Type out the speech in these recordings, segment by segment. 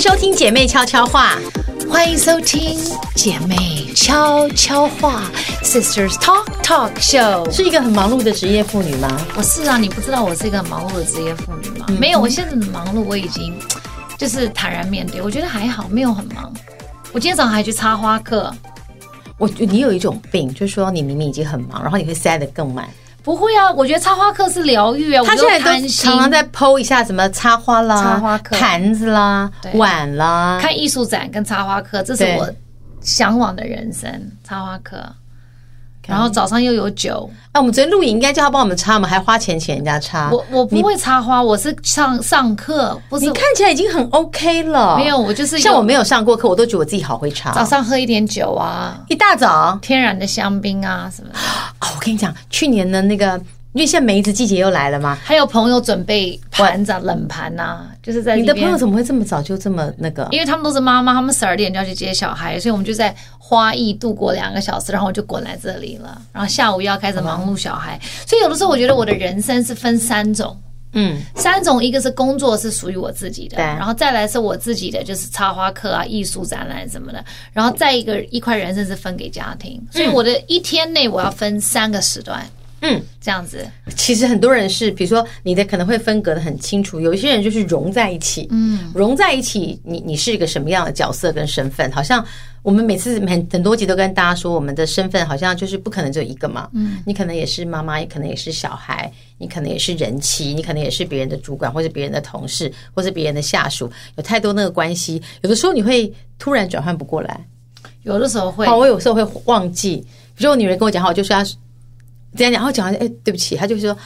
收听姐妹悄悄话，欢迎收听姐妹悄悄话 Sisters Talk Talk Show。是一个很忙碌的职业妇女吗？我是啊，你不知道我是一个忙碌的职业妇女吗？没有，我现在很忙碌，我已经就是坦然面对，我觉得还好，没有很忙。我今天早上还去插花课，我觉得你有一种病，就是说你明明已经很忙，然后你会塞得更满。不会啊，我觉得插花课是疗愈啊，我他没现在有都贪心常常在剖一下什么插花啦、插花课盘子啦对、碗啦，看艺术展跟插花课，这是对我向往的人生，插花课。然后早上又有酒，啊，我们昨天录影应该叫他帮我们插，我们还花钱请人家插。我我不会插花，我是上上课，不是你看起来已经很 OK 了，没有，哦我就是像有我没有上过课，我都觉得我自己好会插。早上喝一点酒啊，一大早天然的香槟啊什么的，哦，我跟你讲，去年的那个，因为现在梅子季节又来了嘛，还有朋友准备盘子、啊、冷盘啊，就是在你的里朋面友怎么会这么早就这么那个？因为他们都是妈妈，他们十二点就要去接小孩，所以我们就在花艺度过两个小时，然后我就滚来这里了，然后下午又要开始忙碌小孩，所以有的时候我觉得我的人生是分三种，嗯，三种，一个是工作是属于我自己的，对然后再来是我自己的，就是插花课啊、艺术展览什么的，然后再一个一块人生是分给家庭，所以我的一天内我要分三个时段，嗯，这样子，其实很多人是，比如说你的可能会分隔的很清楚，有一些人就是融在一起，嗯，融在一起，你你是一个什么样的角色跟身份？好像我们每次很很多集都跟大家说，我们的身份好像就是不可能只有一个嘛，嗯，你可能也是妈妈，也可能也是小孩，你可能也是人妻，你可能也是别人的主管，或是别人的同事，或是别人的下属，有太多那个关系，有的时候你会突然转换不过来。有的时候会好，我有时候会忘记，比如说我女人跟我讲话，我就说她这样讲，然后讲完，哎，对不起，她就说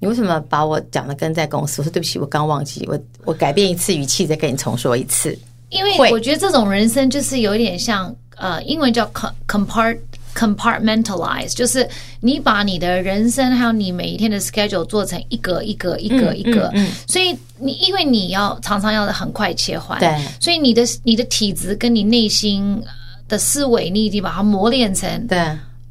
你为什么把我讲的跟在公司？我说对不起，我刚忘记，我我改变一次语气，再跟你重说一次。因为会我觉得这种人生就是有点像呃，英文叫 com- compart compartmentalize，就是你把你的人生还有你每一天的 schedule 做成一格一格一嗯格一格，所以你因为你要常常要很快切换，对所以你的你的体质跟你内心的思维，你已经把它磨练成。对，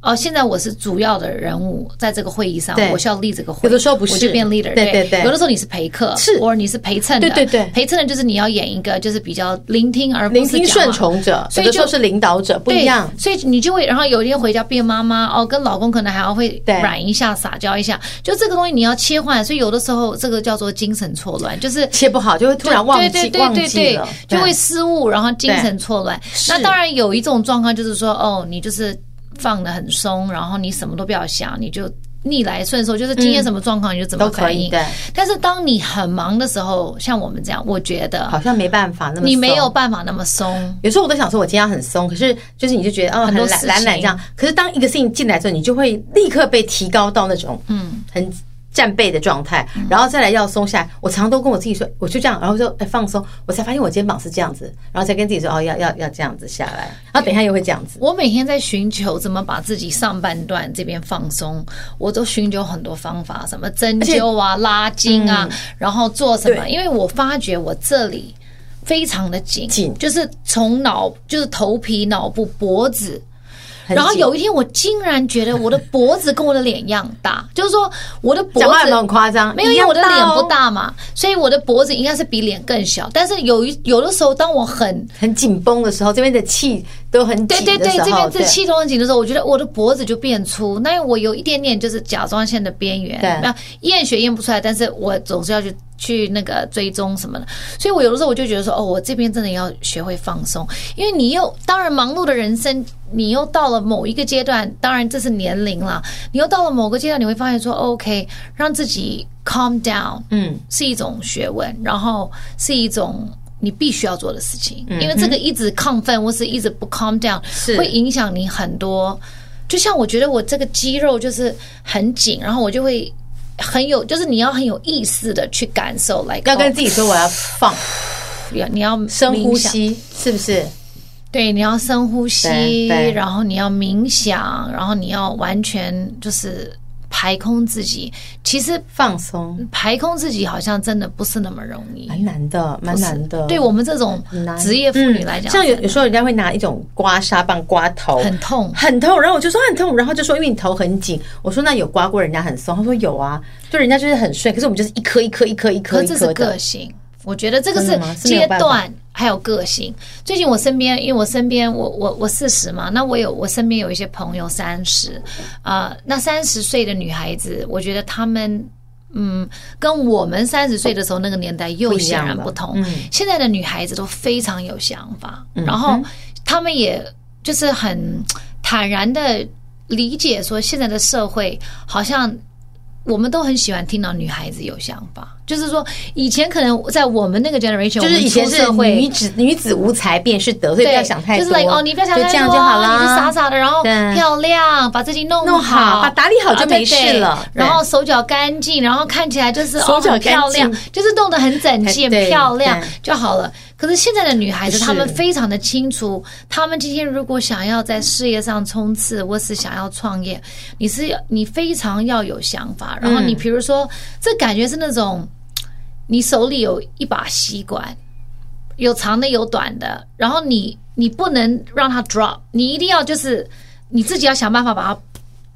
哦，现在我是主要的人物，在这个会议上对，我需要立这个会。有的时候不是我就变 leader 对对。对对有的时候你是陪客，是或者你是陪衬的。对对对陪衬的就是你要演一个就是比较聆听而不是聆听讲顺。话从者，所有以的时候就是领导者，不对一样。，所以你就会，然后有一天回家变妈妈哦，跟老公可能还要会对软一下、撒娇一下，就这个东西你要切换，所以有的时候这个叫做精神错乱，就是切不好就会突然忘对记对忘对记对了对，，就会失误，然后精神错乱。那当然有一种状况就是说，哦，你就是放的很松，然后你什么都不要想，你就逆来顺受，就是今天什么状况你就怎么都可反以应。对但是当你很忙的时候，像我们这样，我觉好得像没办法那么你没松有办法那么松。有时候我都想说，我今天要很松，可是就是你就觉得哦，很很多懒事懒懒这样。可是当一个事情进来之后，你就会立刻被提高到那种嗯很战备的状态，嗯然后再来要松下来。我常常都跟我自己说，我就这样，然后就哎放松，我才发现我肩膀是这样子，然后才跟自己说哦，要要要这样子下嗯来，然后等一下又会这样子。我每天在寻求怎么把自己上半段这边放松，我都寻求很多方法，什么针灸啊、拉筋啊，嗯然后做什么？因为我发觉我这里非常的紧，紧就是从脑就是头皮、脑部、脖子。很然后紧有一天，我竟然觉得我的脖子跟我的脸一样 大，就是说我的脖讲话有子没有很夸张？没有，一因为样我的脸哦不，大嘛，所以我的脖子应该是比脸更小。但是有一有的时候，当我很很紧绷的时候，这边的气都很紧的对时对候，对，这边这对气头很紧的时候，我觉得我的脖子就变粗，那我有一点点就是甲状腺的边缘，对那验血验不出来，但是我总是要去去那个追踪什么的，所以我有的时候我就觉得说，哦，我这边真的要学会放松，因为你又当然忙碌的人生，你又到了某一个阶段，当然这是年龄啦，你又到了某个阶段，你会发现说、哦 OK，让自己 calm down，嗯，是一种学问，然后是一种你必须要做的事情，因为这个一直亢奋或是一直不 calm down，嗯是会影响你很多。就像我觉得我这个肌肉就是很紧，然后我就会很有，就是你要很有意识的去感受来，要跟自己说我要放要你要深呼冥想，吸，是不是？对，你要深呼对吸对，然后你要冥想，然后你要完全就是排空自己。其实放松，排空自己好像真的不是那么容易，蛮难的，蛮难的。对我们这种难职业妇女来嗯讲，像有有时候人家会拿一种刮痧棒刮头，很痛。很痛，然后我就说很痛，然后就说因为你头很紧，我说那有刮过人家很松，他说有啊，就人家就是很顺，可是我们就是一颗一颗一颗一颗可一这是颗的个，性，我觉得这个真的吗是没有阶办法段，还有个性。最近我身边，因为我身边我我我四十嘛，那我有我身边有一些朋友三十，啊，那三十岁的女孩子，我觉得她们。嗯，跟我们三十岁的时候那个年代又显然不同。不一样了嗯现在的女孩子都非常有想法，然后她们也就是很坦然的理解说，现在的社会好像我们都很喜欢听到女孩子有想法，就是说以前可能在我们那个 generation，就是以前我们出是社会女子女子无才便是德，所以不对，要想太多，就是 like 哦，你不要想太多，就这样就好啦，你就傻傻的，然后对漂亮，把自己弄弄好好，把打理好就没事啊对对了对然后手脚干净，然后看起来就是手哦脚很漂亮干净，就是弄得很整齐、对很漂亮对就好了。可是现在的女孩子，是她们非常的清楚，她们今天如果想要在事业上冲刺，或是想要创业，你是你非常要有想法，然嗯后你比如说，这感觉是那种你手里有一把吸管。有长的有短的，然后你你不能让它 drop，你一定要就是你自己要想办法把它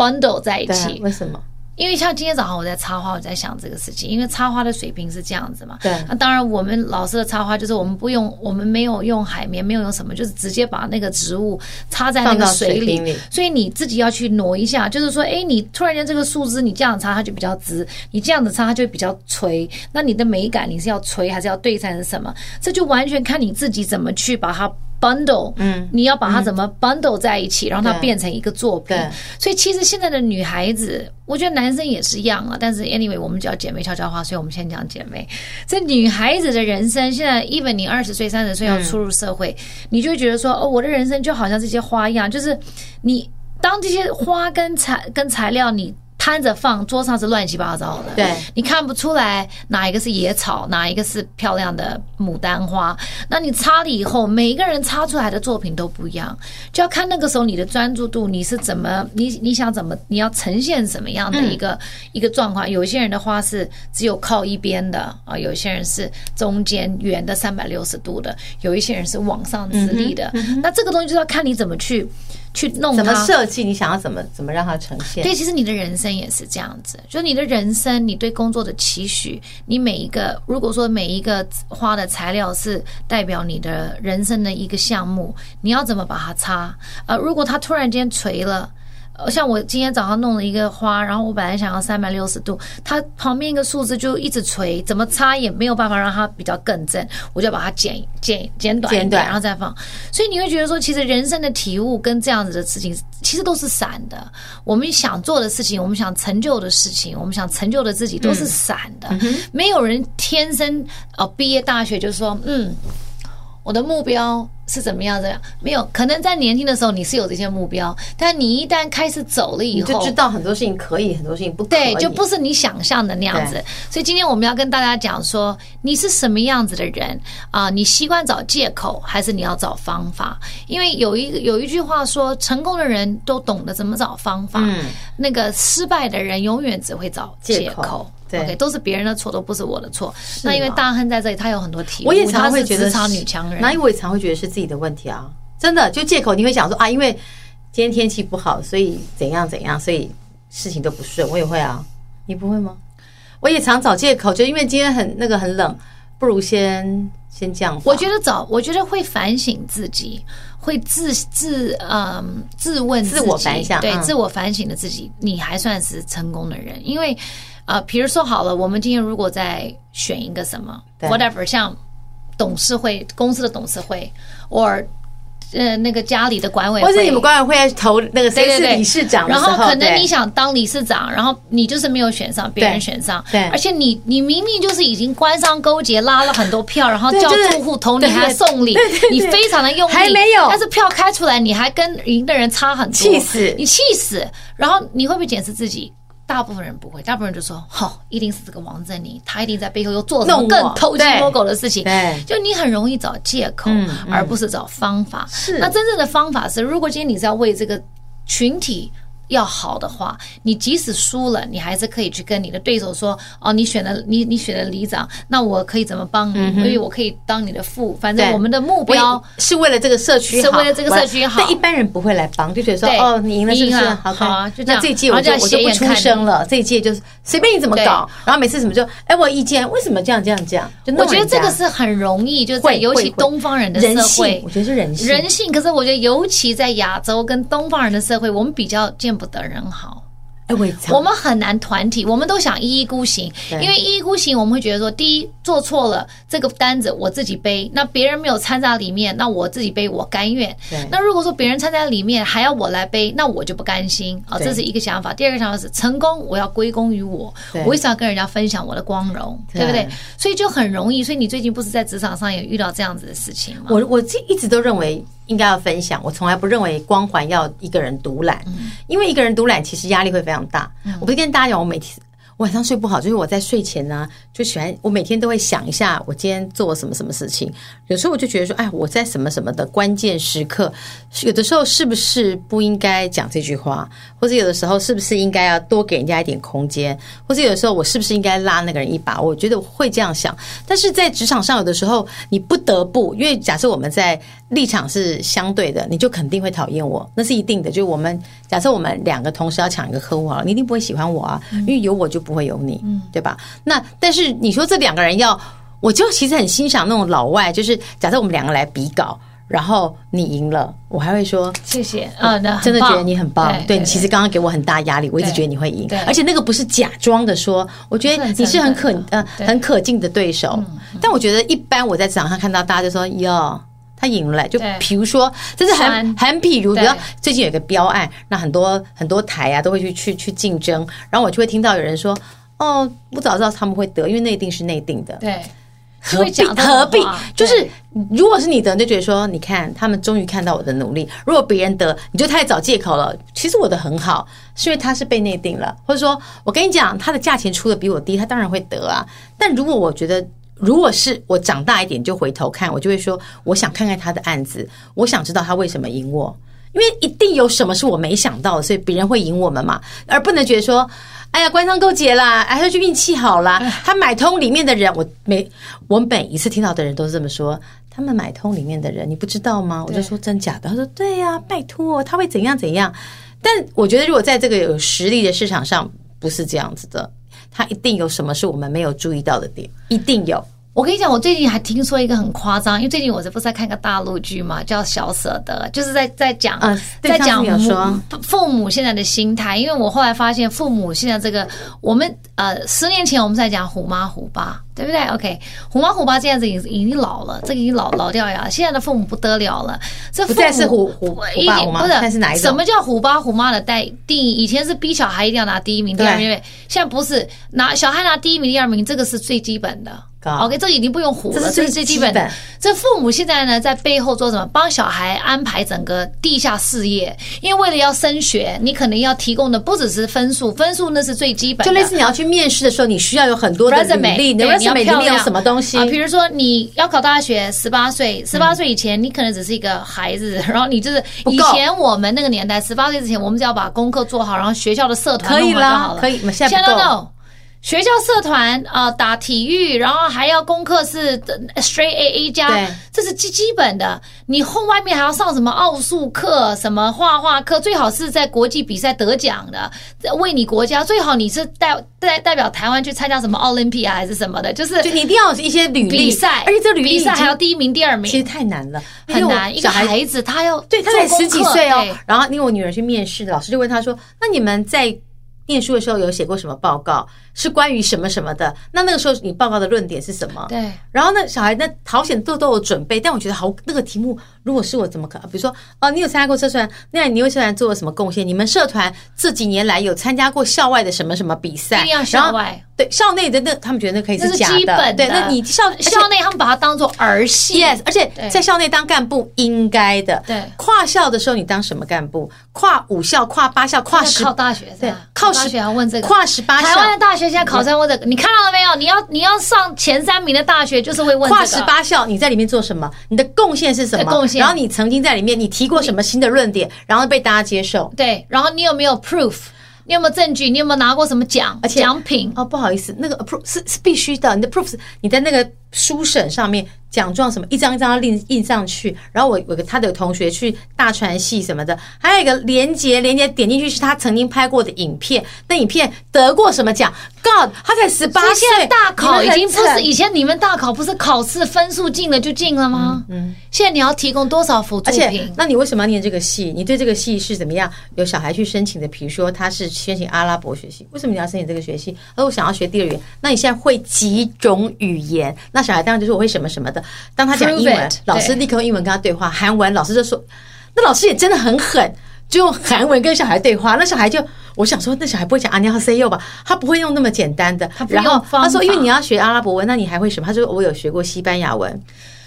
bundle 在一对啊起。为什么？因为像今天早上我在插花，我在想这个事情，因为插花的水平是这样子嘛。对啊那当然，我们老师的插花就是我们不用，我们没有用海绵，没有用什么，就是直接把那个植物插在那放个到水水里。瓶里所以你自己要去挪一下，就是说，哎，你突然间这个树枝你这样插它就比较直，你这样子插它就比较垂。那你的美感你是要垂还是要对称是什么？这就完全看你自己怎么去把它 bundle。嗯，你要把它怎么 bundle 在一起，让它对变成一个作品。对所以其实现在的女孩子，我觉得男生也是一样啊。但是 anyway，我们叫姐妹悄悄话，所以我们先讲姐妹。这女孩子的人生，现在 even 你二十岁、三十岁要出入社会，你就会觉得说，哦，我的人生就好像这些花一样，就是你当这些花跟材跟材料你。摊着放，桌上是乱七八糟的，对你看不出来哪一个是野草，哪一个是漂亮的牡丹花。那你插了以后，每一个人插出来的作品都不一样，就要看那个时候你的专注度，你是怎么，你你想怎么，你要呈现什么样嗯的一个、一个状况。有一些人的花是只有靠一边的啊，有一些人是中间圆的三百六十度的，有一些人是往上直立的。嗯那这个东西就是要看你怎么去去弄它，怎么设计？你想要怎么怎么让它呈现？啊对，其实你的人生也是这样子，就是你的人生，你对工作的期许，你每一个，如果说每一个花的材料是代表你的人生的一个项目，你要怎么把它插？呃，如果它突然间垂了。呃，像我今天早上弄了一个花，然后我本来想要三百六十度，它旁边一个树枝就一直垂，怎么插也没有办法让它比较更正，我就把它剪剪剪短一点，剪短然后再放。所以你会觉得说，其实人生的体悟跟这样子的事情其实都是散的。我们想做的事情，我们想成就的事情，我们想成就的自己都嗯是散的。没有人天生呃毕业大学就说嗯。我的目标是怎么样？怎么样？没有，可能在年轻的时候你是有这些目标，但你一旦开始走了以你后，就知道很多事情可以，很多事情不可以。对，就不是你想象的那样子对。所以今天我们要跟大家讲说，你是什么样子的人啊、你习惯找借口，还是你要找方法？因为有一有一句话说，成功的人都懂得怎么找方法，嗯那个失败的人永远只会找借借口对 OK，都是别人的错，都不是我的错。啊那因为大亨在这里，他有很多体悟，我也常他会是觉得职是场女强人，哪有我也常会觉得是自己的问题啊，真的就借口你会想说啊，因为今天天气不好，所以怎样怎样，所以事情都不顺，我也会啊，你不会吗？我也常找借口，就因为今天很那个很冷，不如先先降我我觉得早，我觉得会反省自己，会自自嗯自问己自我反省对、嗯自我反省的自己，你还算是成功的人，因为呃，比如说好了，我们今天如果再选一个什么对 whatever，像董事会公司的董事会，or 呃那个家里的管委会，或是你们管委会在投那个谁对是对对，理事长的然时候，后可能对你想当理事长，然后你就是没有选上，别人选上，对而且你你明明就是已经官商勾结拉了很多票，然后对叫就是住户投你对对还送礼对对，对你非常的用力，还没有但是票开出来你还跟赢的人差很多，气死你气死，然后你会不会检视自己？大部分人不会，大部分人就说：“好、一定是这个王振宁，他一定在背后又做了什么弄我更偷鸡对摸狗的事情。”对就你很容易找借口，而不是找方法。是那真正的方法是，如果今天你是要为这个群体要好的话，你即使输了，你还是可以去跟你的对手说：“哦，你选了你你选了里长，那我可以怎么帮你？因为我可以当你的副。反正对嗯我们的目标我是为了这个社区好，是为了这个社区好但一般人不会来帮，就觉得说对哦，你赢了是不你是赢了？看好啊就这样那这一届我就然后我这就样斜不眼看出你声了，这一届就是随便你怎么对搞，然后每次怎么就哎我有意见为什么这样这样这样？就弄我觉得人家这个是很容易，就是在会尤会其会东方人的人社性会，我。觉得是人性。人性，可是我觉得，尤其在亚洲跟东方人的社会，我们比较见不得人好。哎，我也常我们很难团体，我们都想一意孤行，对因为一意孤行，我们会觉得说，第一做错了这个单子我自己背，那别人没有掺杂里面，那我自己背我甘愿对。那如果说别人掺杂里面还要我来背，那我就不甘心啊、对这是一个想法。第二个想法是成功，我要归功于我对，我为什么要跟人家分享我的光荣，对对不对？所以就很容易。所以你最近不是在职场上也遇到这样子的事情吗？我我自己一直都认为应该要分享，我从来不认为光环要一个人独揽，因为一个人独揽其实压力会非常大。我不是跟大家讲，我每天晚上睡不好，就是我在睡前呢、就喜欢我每天都会想一下我今天做了什么什么事情。有时候我就觉得说，哎，我在什么什么的关键时刻，有的时候是不是不应该讲这句话，或者有的时候是不是应该要多给人家一点空间，或者有的时候我是不是应该拉那个人一把？我觉得我会这样想，但是在职场上有的时候你不得不，因为假设我们在立场是相对的，你就肯定会讨厌我，那是一定的。就是我们假设我们两个同时要抢一个客户好了，你一定不会喜欢我啊，因为有我就不会有你，对吧？那但是你说这两个人要，我就其实很欣赏那种老外，就是假设我们两个来比稿，然后你赢了，我还会说。谢谢啊，那很真的觉得棒你很棒，对你其实刚刚给我很大压力，我一直对觉得你会赢对，而且那个不是假装的说，我觉得你是很可是很诚恳的呃对嗯很可敬的对手。但我觉得一般我在职场上看到大家就说哟。他赢了，就对比如说，这是酸很很比如，比对如最近有一个标案，那很多很多台啊都会去去去竞争，然后我就会听到有人说，哦，我早知道他们会得，因为那一定是内定的，对，就何会必讲这种何必话？就是如果是你得，你就觉得说，你看他们终于看到我的努力；如果别人得，你就太找借口了。其实我的很好，是因为他是被内定了，或者说我跟你讲，他的价钱出的比我低，他当然会得啊。但如果我觉得。如果是我长大一点就回头看，我就会说，我想看看他的案子，我想知道他为什么赢我，因为一定有什么是我没想到的，所以别人会赢我们嘛，而不能觉得说，哎呀，官商勾结啦，哎，他就运气好啦，他买通里面的人，我每我每一次听到的人都是这么说，他们买通里面的人，你不知道吗？我就说真假的，他说对呀、拜托，他会怎样怎样。但我觉得，如果在这个有实力的市场上，不是这样子的，他一定有什么是我们没有注意到的点，一定有。我跟你讲，我最近还听说一个很夸张，因为最近我这不是在看个大陆剧嘛，叫《小舍得》，就是在在讲，嗯对在上讲次有说母父母现在的心态。因为我后来发现，父母现在这个，我们呃，十年前我们在讲虎妈虎爸，对不对？OK，虎妈虎爸这样子已经已经老了，这个已经老老掉牙了。现在的父母不得了了，这不父再母是虎虎虎爸一定虎妈不现在是哪一种什么叫虎爸虎妈的代定义？以前是逼小孩一定要拿第一名、第二名，现在不是拿小孩拿第一名、第二名，这个是最基本的。 God OK，这已经不用虎了，这是这最是最基基本的本。这父母现在呢，在背后做什么？帮小孩安排整个地下事业，因为为了要升学，你可能要提供的不只是分数，分数那是最基本的。就类似你要去面试的时候，你需要有很多的 resume，履历，你的对你 resume 要里漂面亮有什么东西嗯啊？？比如说你要考大学，十八岁，十八岁以前你可能只是一个孩子， 然后你就是不以够前我们那个年代，十八岁之前，我们只要把功课做好，然后学校的社团可以弄好就啦好了。可以现现在在不够 no。学校社团啊、呃打体育，然后还要功课是呃 straight A A 加对，这是基基本的。你后外面还要上什么奥数课、什么画画课，最好是在国际比赛得奖的，为你国家最好你是代代代表台湾去参加什么奥林匹亚还是什么的，就是 就你一定要有一些履历比赛，而且哎这履历比赛已经还要第一名、第二其名实，太难了，很因为我难。一个小孩孩子他要对他才做十功几课岁哦对。然后因为我女儿去面试，老师就问她说：“那你们在念书的时候有写过什么报告？是关于什么什么的？那那个时候你报告的论点是什么？”对。然后呢，小孩那好险都都有准备，但我觉得好那个题目，如果是我怎么可？比如说哦，你有参加过社团，那你为社团做了什么贡献？你们社团这几年来有参加过校外的什么什么比赛？一定要校然后外。对校内的那他们觉得那可以这是假基本的，对，那你校而且校内他们把它当做儿戏 Yes，而且对在校内当干部应该的。对跨校的时候你当什么干部？跨五校、跨八校、跨十靠大学是对吧？，靠大十学要问这个。跨十八台校湾、的大学现在考生问这个，你看到了没有？你要你要上前三名的大学，就是会问这个跨十八校，你在里面做什么？你的贡献是什么？对贡现然后你曾经在里面，你提过什么新的论点，然后被大家接受。对，然后你有没有 proof？你有没有证据？你有没有拿过什么奖而且奖品？哦，不好意思，那个 proof 是是必须的，你的 proof 是你在那个书审上面奖状什么一张一张要印印上去。然后我我他的同学去大传系什么的，还有一个连接连接点进去是他曾经拍过的影片，那影片得过什么奖？God，他才十八所以岁现，在大考你已们很经不惨是以前你们大考不是考试分数进了就进了吗？嗯，现在你要提供多少辅助而且品，？那你为什么要念这个系？你对这个系是怎么样？有小孩去申请的，比如说他是申请阿拉伯学系，为什么你要申请这个学系？而我想要学第二语言，那你现在会几种语言？那小孩当然就是我会什么什么的。当他讲 Prove 英文 it，，老师对立刻用英文跟他对话；韩文，老师就说，那老师也真的很狠。就用韩文跟小孩对话，那小孩就我想说，那小孩不会讲阿尼哈 say 吧？他不会用那么简单的。不然后用方他说，法因为你要学阿拉伯文，那你还会什么？他说我有学过西班牙文。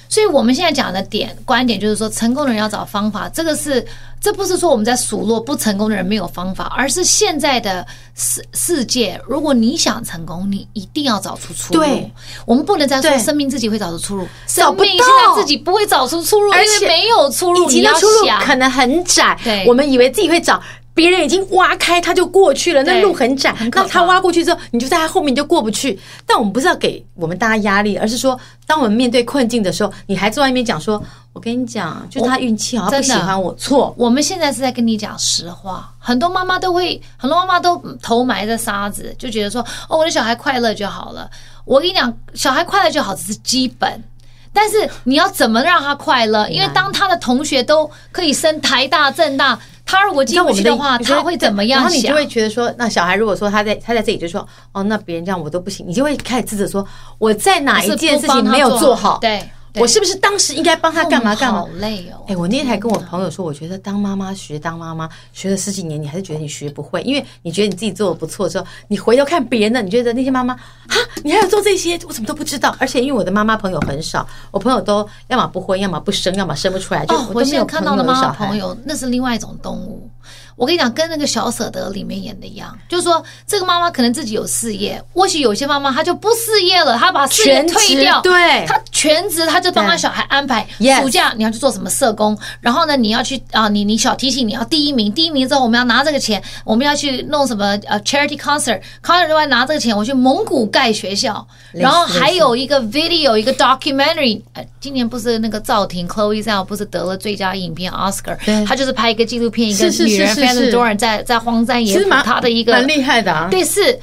所以我们现在讲的点观点就是说，成功的人要找方法，这个是这不是说我们在数落不成功的人没有方法，而是现在的世世界，如果你想成功，你一定要找出出路。对，我们不能再说对生命自己会找出出路，找生不命到现在自己不会找出出路，因而且为没有出以路，你前的要出路想可能很窄，对我们以为自己会找。别人已经挖开，他就过去了，那对路很窄。可怕那他挖过去之后，你就在他后面，你就过不去。但我们不是要给我们大家压力，而是说，当我们面对困境的时候，你还坐在那边讲说：“我跟你讲，就他运气好，他不真喜的欢我错。我们现在是在跟你讲实话，很多妈妈都会，很多妈妈都头埋着沙子，就觉得说，哦，我的小孩快乐就好了。我跟你讲，小孩快乐就好只是基本，但是你要怎么让他快乐？因为当他的同学都可以升台大、政大，他如果”进像不我去们的话，你觉得他会怎么然样后你就想？会觉得说，那小孩如果说他在他在这里就说：“哦，那别人这样我都不行。”你就会开始自责说：“我在哪一件事情没有做好？对，对我是不是当时应该帮他干嘛干嘛？”好累哦哎、。我那天还跟我朋友说，我觉得当妈妈学当妈妈学了十几年，你还是觉得你学不会，因为你觉得你自己做的不错之后，你回头看别人的，你觉得那些妈妈啊，你还有做这些，我怎么都不知道。而且因为我的妈妈朋友很少，我朋友都要么不婚，要么不生，要么生不出来，就哦，我我都没现有在看到了了妈妈朋朋友友，那是另外一种动物。我跟你讲，跟那个小舍得里面演的一样，就是说这个妈妈可能自己有事业，或许有些妈妈她就不事业了，她把事业全职退掉，对她全职，她就帮她对小孩安排 Yes 暑假你要去做什么社工，然后呢你要去啊，你你小提醒你要第一名，第一名之后我们要拿这个钱，我们要去弄什么呃 charity concert，concert 之外拿这个钱我去蒙古盖学校，然后类似还有一个 video，一个 documentary，呃，今年不是那个赵婷 Chloe Zhao 不是得了最佳影片 Oscar，对她就是拍一个纪录片，一是个是女人是是 f a n d 是 d o r 在在荒山其野实岭，蛮她的一个蛮厉害的啊。对是。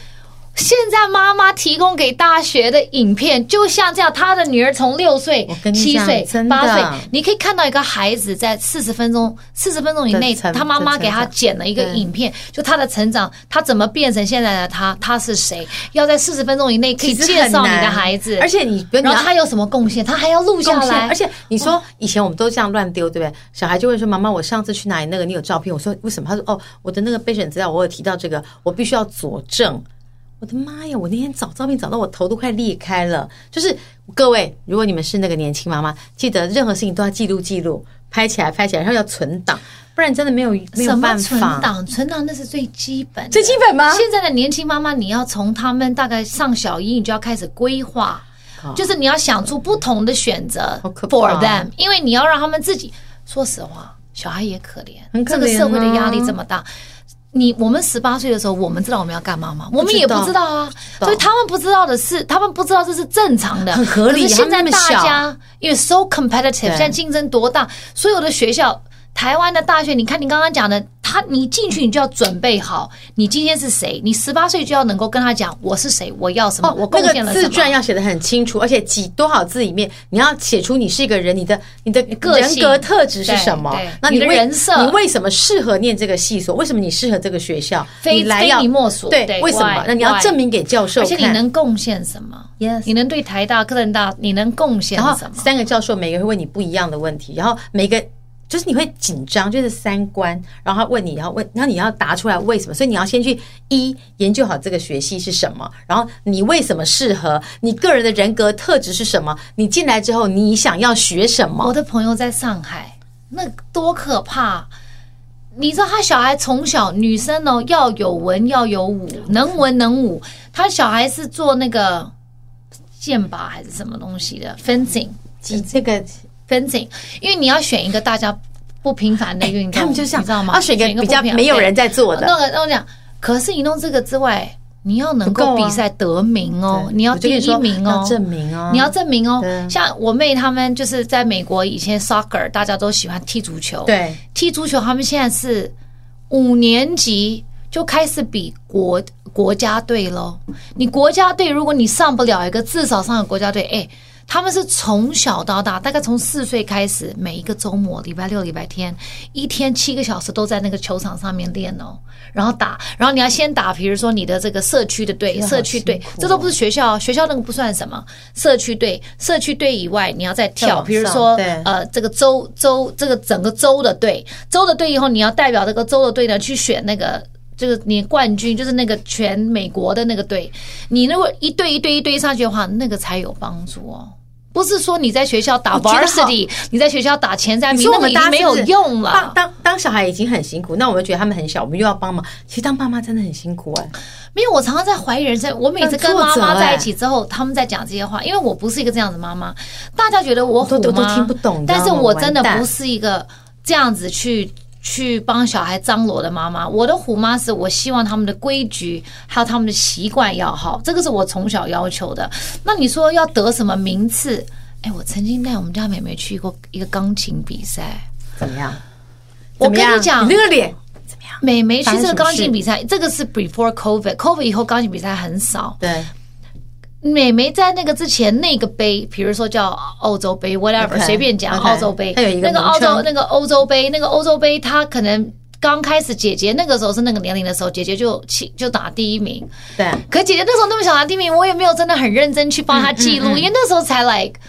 现在妈妈提供给大学的影片，就像这样，她的女儿从六岁我、跟你七讲岁真、的八岁，你可以看到一个孩子在四十分钟、四十分钟以内，的成他妈妈的成给他长剪了一个对影片，就他的成长，他怎么变成现在的他，他是谁，要在四十分钟以内可以其实介很绍你的难孩子，而且你比如你然后要他有什么贡献，他还要录下贡来，献而且你说以前我们都这样乱丢，对不对？小孩就会说：“妈妈，我上次去哪里那个，你有照片？”我说：“为什么？”他说：“哦，我的那个备选资料，我有提到这个，我必须要佐证。”我的妈呀！我那天找照片找到我头都快裂开了。就是各位，如果你们是那个年轻妈妈，记得任何事情都要记录记录，拍起来拍起来，然后要存档，不然真的没有没什有么办存法。档，存档那是最基本的，最基本吗现在的年轻妈妈，你要从他们大概上小一，你就要开始规划，就是你要想出不同的选择好可怕 for them，因为你要让他们自己。说实话，小孩也可怜，很可这个怜社会的啊压力这么大。你我们十八岁的时候，我们知道我们要干嘛吗？我们也不知道啊，道所以他们不知道的是，他们不知道这是正常的，很合理可是现在他们那么大小家啊因为 so competitive，现在竞争多大，所有的学校。台湾的大学，你看你刚刚讲的，他你进去你就要准备好，你今天是谁，你十八岁就要能够跟他讲我是谁，我要什么，哦我贡哦那献个了什自么。传要写的很清楚，而且几多少字里面，你要写出你是一个人，你的你的个人性格特质是什么对对？那你你的为人设你为什么适合念这个系所？为什么你适合这个学校？非你来非要你莫属对对，为什么 why，？那你要 why 证明给教授而看，且你能贡献什么 Yes 你能对台大、科大，你能贡献然后什么？三个教授每个会问你不一样的问题，然后每个就是你会紧张，就是三观，然后他问你，然后问，然后你要答出来为什么，所以你要先去一研究好这个学系是什么，然后你为什么适合，你个人的人格特质是什么，你进来之后你想要学什么我，的朋友在上海，那多可怕！你知道他小孩从小女生哦要有文要有武，能文能武。他小孩是做那个剑拔还是什么东西的 fencing，几这个 fencing，因为你要选一个大家不平凡的运动，哎他们就像你知道吗？要选一个比较不平凡没有人在做对的，那个，那我讲，可是你弄这个之外，你要能不够够啊比赛得名哦，对你要我就第跟一说名要哦，证明哦，你要证明哦对。像我妹他们就是在美国以前 soccer，大家都喜欢踢足球，对踢足球，他们现在是五年级就开始比国国家队喽。你国家队，如果你上不了一个，至少上个国家队，哎。他们是从小到大，大概从四岁开始，每一个周末，礼拜六、礼拜天，一天七个小时都在那个球场上面练哦，然后打，然后你要先打，比如说你的这个社区的队，得好社区队辛苦哦，这都不是学校，学校那个不算什么，社区队，社区队以外，你要再再跳，往比如上说对呃。呃，这个州州这个整个州的队，州的队以后你要代表这个州的队呢去选那个。就是你冠军，就是那个全美国的那个队，你如果一队一队一队上去的话，那个才有帮助哦。不是说你在学校打我觉得好 varsity，你在学校打前三你名，说那我个们已大家经没是不有是用了当。当当小孩已经很辛苦，那我们觉得他们很小，我们又要帮忙。其实当爸妈真的很辛苦哎、没有，我常常在怀疑人生。我每次跟很挫妈折妈在哎一起之后，他们在讲这些话，因为我不是一个这样的妈妈。大家觉得我虎我都我妈，都听不懂你知道但吗是我真的完蛋不是一个这样子去去帮小孩张罗的妈妈。我的虎妈是我希望他们的规矩还有他们的习惯要好，这个是我从小要求的。那你说要得什么名次？哎，我曾经带我们家妹妹去过一个钢琴比赛。怎么样？我跟怎么样你讲你那个脸，美眉去这个钢发生什琴么事比赛，这个是 before COVID，COVID 以后钢琴比赛很少。对，美眉在那个之前那个杯，比如说叫澳洲杯，whatever， OK，随便讲 OK，澳洲杯，它有一个那个名澳洲称那个欧洲杯，那个欧洲杯，她可能刚开始姐姐那个时候是那个年龄的时候，姐姐就起就打第一名，对，可姐姐那时候那么小拿第一名，我也没有真的很认真去帮她记嗯录，因为那时候才 like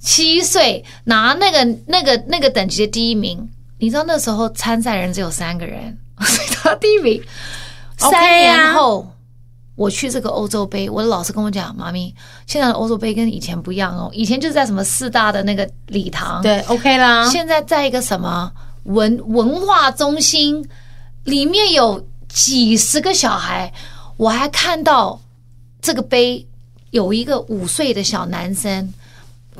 七岁拿那个那个那个等级的第一名，你知道那时候参赛人只有三个人，所以她第一名。 OK 啊三年后。我去这个欧洲杯，我的老师跟我讲，妈咪，现在的欧洲杯跟以前不一样哦，以前就是在什么四大的那个礼堂，对，OK 啦。现在在一个什么文文化中心，里面有几十个小孩，我还看到这个杯有一个五岁的小男生。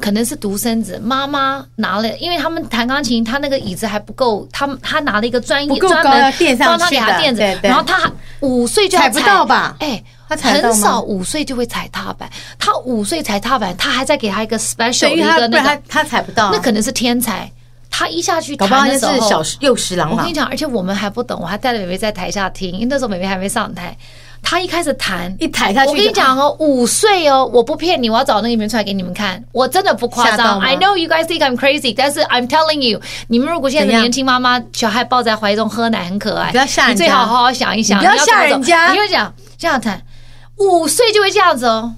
可能是独生子，妈妈拿了，因为他们弹钢琴，他那个椅子还不够，他们他拿了一个专业不够高专要门垫上帮他去给他的垫子，对对然后他还五岁就要踩不到吧哎、他踩得到很吗少五岁就会踩踏板，他五岁踩踏板，他还在给他一个对，special 的因一为他个不那然个他他踩不到，那可能是天才。他一下去搞不好弹就的时是候，小幼时啊郎我跟嘛你。讲，而且我们还不懂，我还带着妹妹在台下听，因为那时候妹妹还没上台。她一开始弹，一抬下去就我跟你讲哦，五岁哦，我不骗你，我要找那个影片出来给你们看，我真的不夸吓到张。吗 I know you guys think I'm crazy，但是 I'm telling you，你们如果现在怎的样年轻妈妈，小孩抱在怀中喝奶很可爱，你不要吓人家你最好好好想一想，你不要你怎么吓人走家你就讲这样弹，五岁就会这样子哦。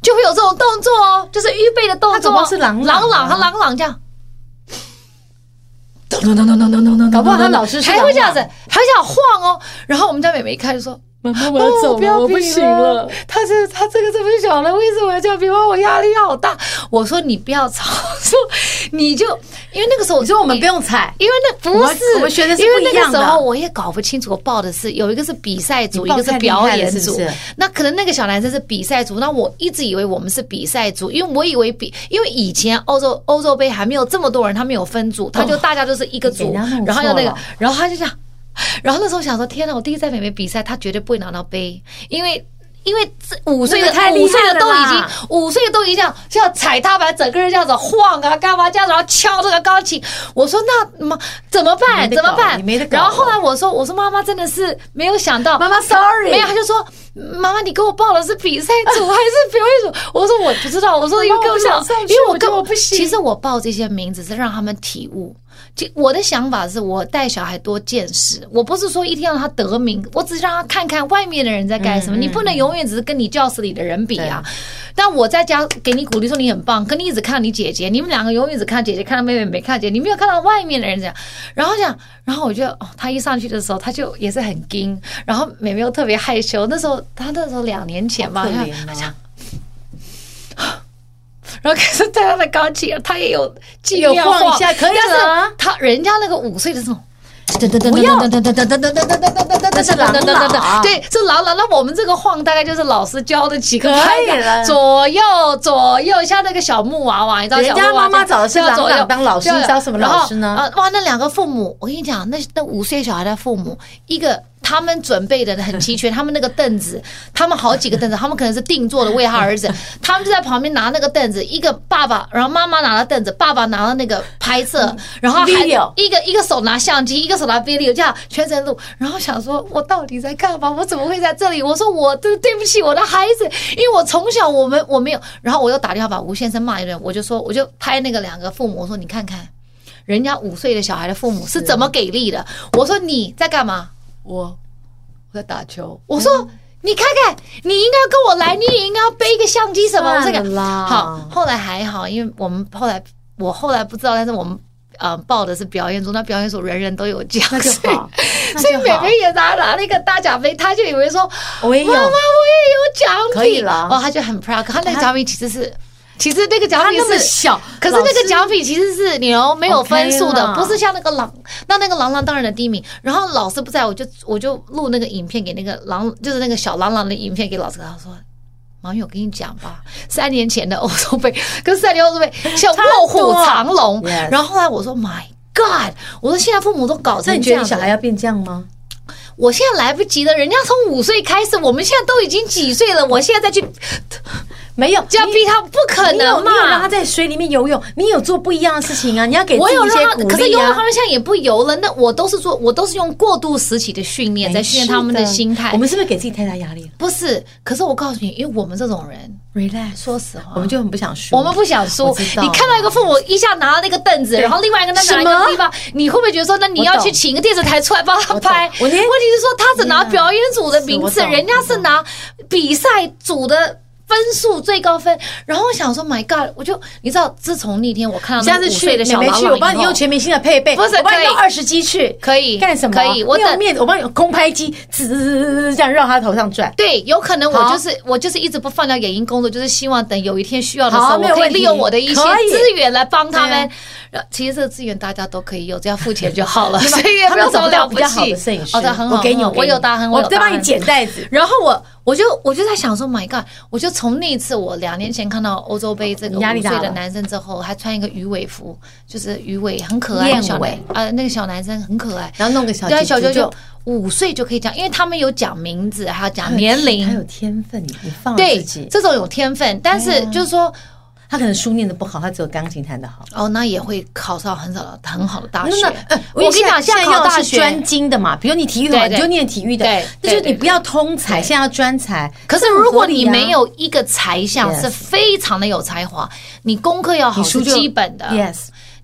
就会有这种动作哦，就是预备的动他作搞不好是朗朗啊朗朗和朗朗这样，搞不好他老师是还会这样子朗，还想晃哦。然后我们家美美一看就说：“朗，妈妈我哦，不要比了。。他这他这个这么小了，为什么要这样比？我压力好大。”我说：“你不要吵， 我说你就因为那个时候，你说我们不用踩，因为那不我们是我们学的是因不为一那样个的时候我也搞不清楚，我报的是有一个是比赛组，你一报个是太厉表害了演是不组是。那可能那个小男生是比赛组，那我一直以为我们是比赛组，因为我以为比，因为以前欧洲欧洲杯还没有这么多人，他们有分哦组，他就大家都是一个你组，给人家弄然后有那错个了，然后他就这样，然后那时候想说，天哪，我第一次在美美比赛，他绝对不会拿到杯，因为。因为这五岁的那个太厉害五岁的都已经了啦五岁都已经这样，这样踩踏板，整个人这样子晃啊，干嘛这样子，然后敲这个钢琴。我说那妈怎么办？没得怎搞么办你没得？搞然后后来我说，我说妈妈真的是没有想到，妈妈 sorry 没有，他就说妈妈你给我报的是比赛组还是表演组？我说我不知道，我说妈因为我跟不想想上去因为我觉跟得我不行其实我报这些名字是让他们体悟。就我的想法是我带小孩多见识，我不是说一定要让他得名，我只是让他看看外面的人在干嗯什么。你不能永远只是跟你教室里的人比啊。但我在家给你鼓励说你很棒，可你一直看你姐姐，你们两个永远只看姐姐，看到妹妹没看姐姐，你没有看到外面的人这样。然后讲，然后我就哦，他一上去的时候，他就也是很惊，然后妹妹又特别害羞。那时候他那时候两年前吧，好可她怜哦她讲然后可是在他的钢琴，他也有技量有晃一下可以了啊但是他人家那个五岁的这种，不要，那是朗朗啊对，是朗朗。那我们这个晃大概就是老师教的几个可拍以法了左右左右，像那个小木娃娃，你知道人小家木娃妈妈娃找的是要朗左朗右当老师对啊你找什么然老后师呢呃哇，那两个父母，我跟你讲，那那五岁小孩的父母，一个他们准备的很齐全，他们那个凳子，他们好几个凳子，他们可能是定做的，为他儿子，他们就在旁边拿那个凳子，一个爸爸，然后妈妈拿了凳子，爸爸拿了那个拍摄，然后还 Video 一个一个手拿相机，一个手拿 video，这样全程录，然后想说，我到底在干嘛？我怎么会在这里？我说我对对不起我的孩子，因为我从小我们我没有，然后我又打电话把吴先生骂一顿，我就说我就拍那个两个父母，我说你看看。人家五岁的小孩的父母是怎么给力的。我说你在干嘛？我我在打球。我说、嗯你看看，你应该跟我来，你也应该要背一个相机什么？我这算了个啦好，后来还好，因为我们后来我后来不知道，但是我们。呃，报的是表演组，那表演组人人都有奖，那就所以好那所以就美好美也拿拿了一个大奖杯，她就以为说我也有妈妈，我也有奖哎品，可以了哦，她就很 proud，她那个奖品其实是，其实那个奖他品那么是小，可是那老个师奖品其实是牛没有分数 OK 的，啦不是像那个狼，那那个郎朗当然的第一名。然后老师不在，我就我就录那个影片给那个狼，就是那个小郎朗的影片给老师，他说。马云，我跟你讲吧，三年前的欧洲杯跟三年欧洲 杯像卧虎藏龙。多 Yes 然后后来我说，My God！我说现在父母都搞那成你这觉得啊样你子小，孩要变这样吗？我现在来不及了。人家从五岁开始，我们现在都已经几岁了，我现在再去没有，这样逼他，不可你有能你嘛！有让他在水里面游泳，你有做不一样的事情啊！你要给自我己有一让些他，鼓可是励游泳他啊。们现在也不游了。那我都是做，我都是用过度时期的训练在训练他们的心态我。哎们是不是给自己太大压力了不是，可是我告诉你，因为我们这种人， ？Relax，说实话，我们就很不想输。我们不想输。我知道你看到一个父母一下拿了那个凳子，对然后另外一个人拿一什个么地方，你会不会觉得说，那你我要懂去请一个电视台出来帮他我懂拍？我连问题是说，他只拿 Yeah，表演组的名是次，我懂人家是拿比赛组的。分数最高分，然后我想说，My God！我就你知道，自从那天我看到那下个次五去岁的妹小妹郎去，朗我帮你以后用全明星的配备，不是我帮可你以弄二十机去，可以干什么？可以我没有等面子，我帮你用空拍机，滋滋滋滋滋这样绕他头上转。对，有可能我好就是我就是一直不放掉眼音工作，就是希望等有一天需要的时好候，没我有可以问题利用我的一些可以资源来帮他们对。呃其实这个资源大家都可以有，只要付钱就好 了，对吧所以也他不们要找么不了到不比起。较好的摄影师，哦，对，很好，我给你，很好我给有大亨，我有再大帮你亨剪带子。然后 我我就我就在想说，My God！我就从那一次我两年前看到欧洲杯这个五压力岁大的了男生之后，还穿一个鱼尾服，就是鱼尾很可爱，燕那小尾男啊那个小男生很可爱，然后弄个小对啊啾小啾舅舅啾五岁就可以讲，因为他们有讲名字，还有讲他有年呃他有龄，天分，你你放了嗯对自己，嗯这种有天分，但是就是说。他可能书念的不好，他只有钢琴弹的好。哦，那也会考上很少很好的大啊学真的，呃。我跟你讲，现现在在考要大的是学，专精的嘛，比如你体育好，对对你就念体育的对，那就对对你不要通才，现在要专才。可是这很如果合理你啊没有一个才项 Yes 是非常的有才华，你功课要好你书是就基本的。 ，yes，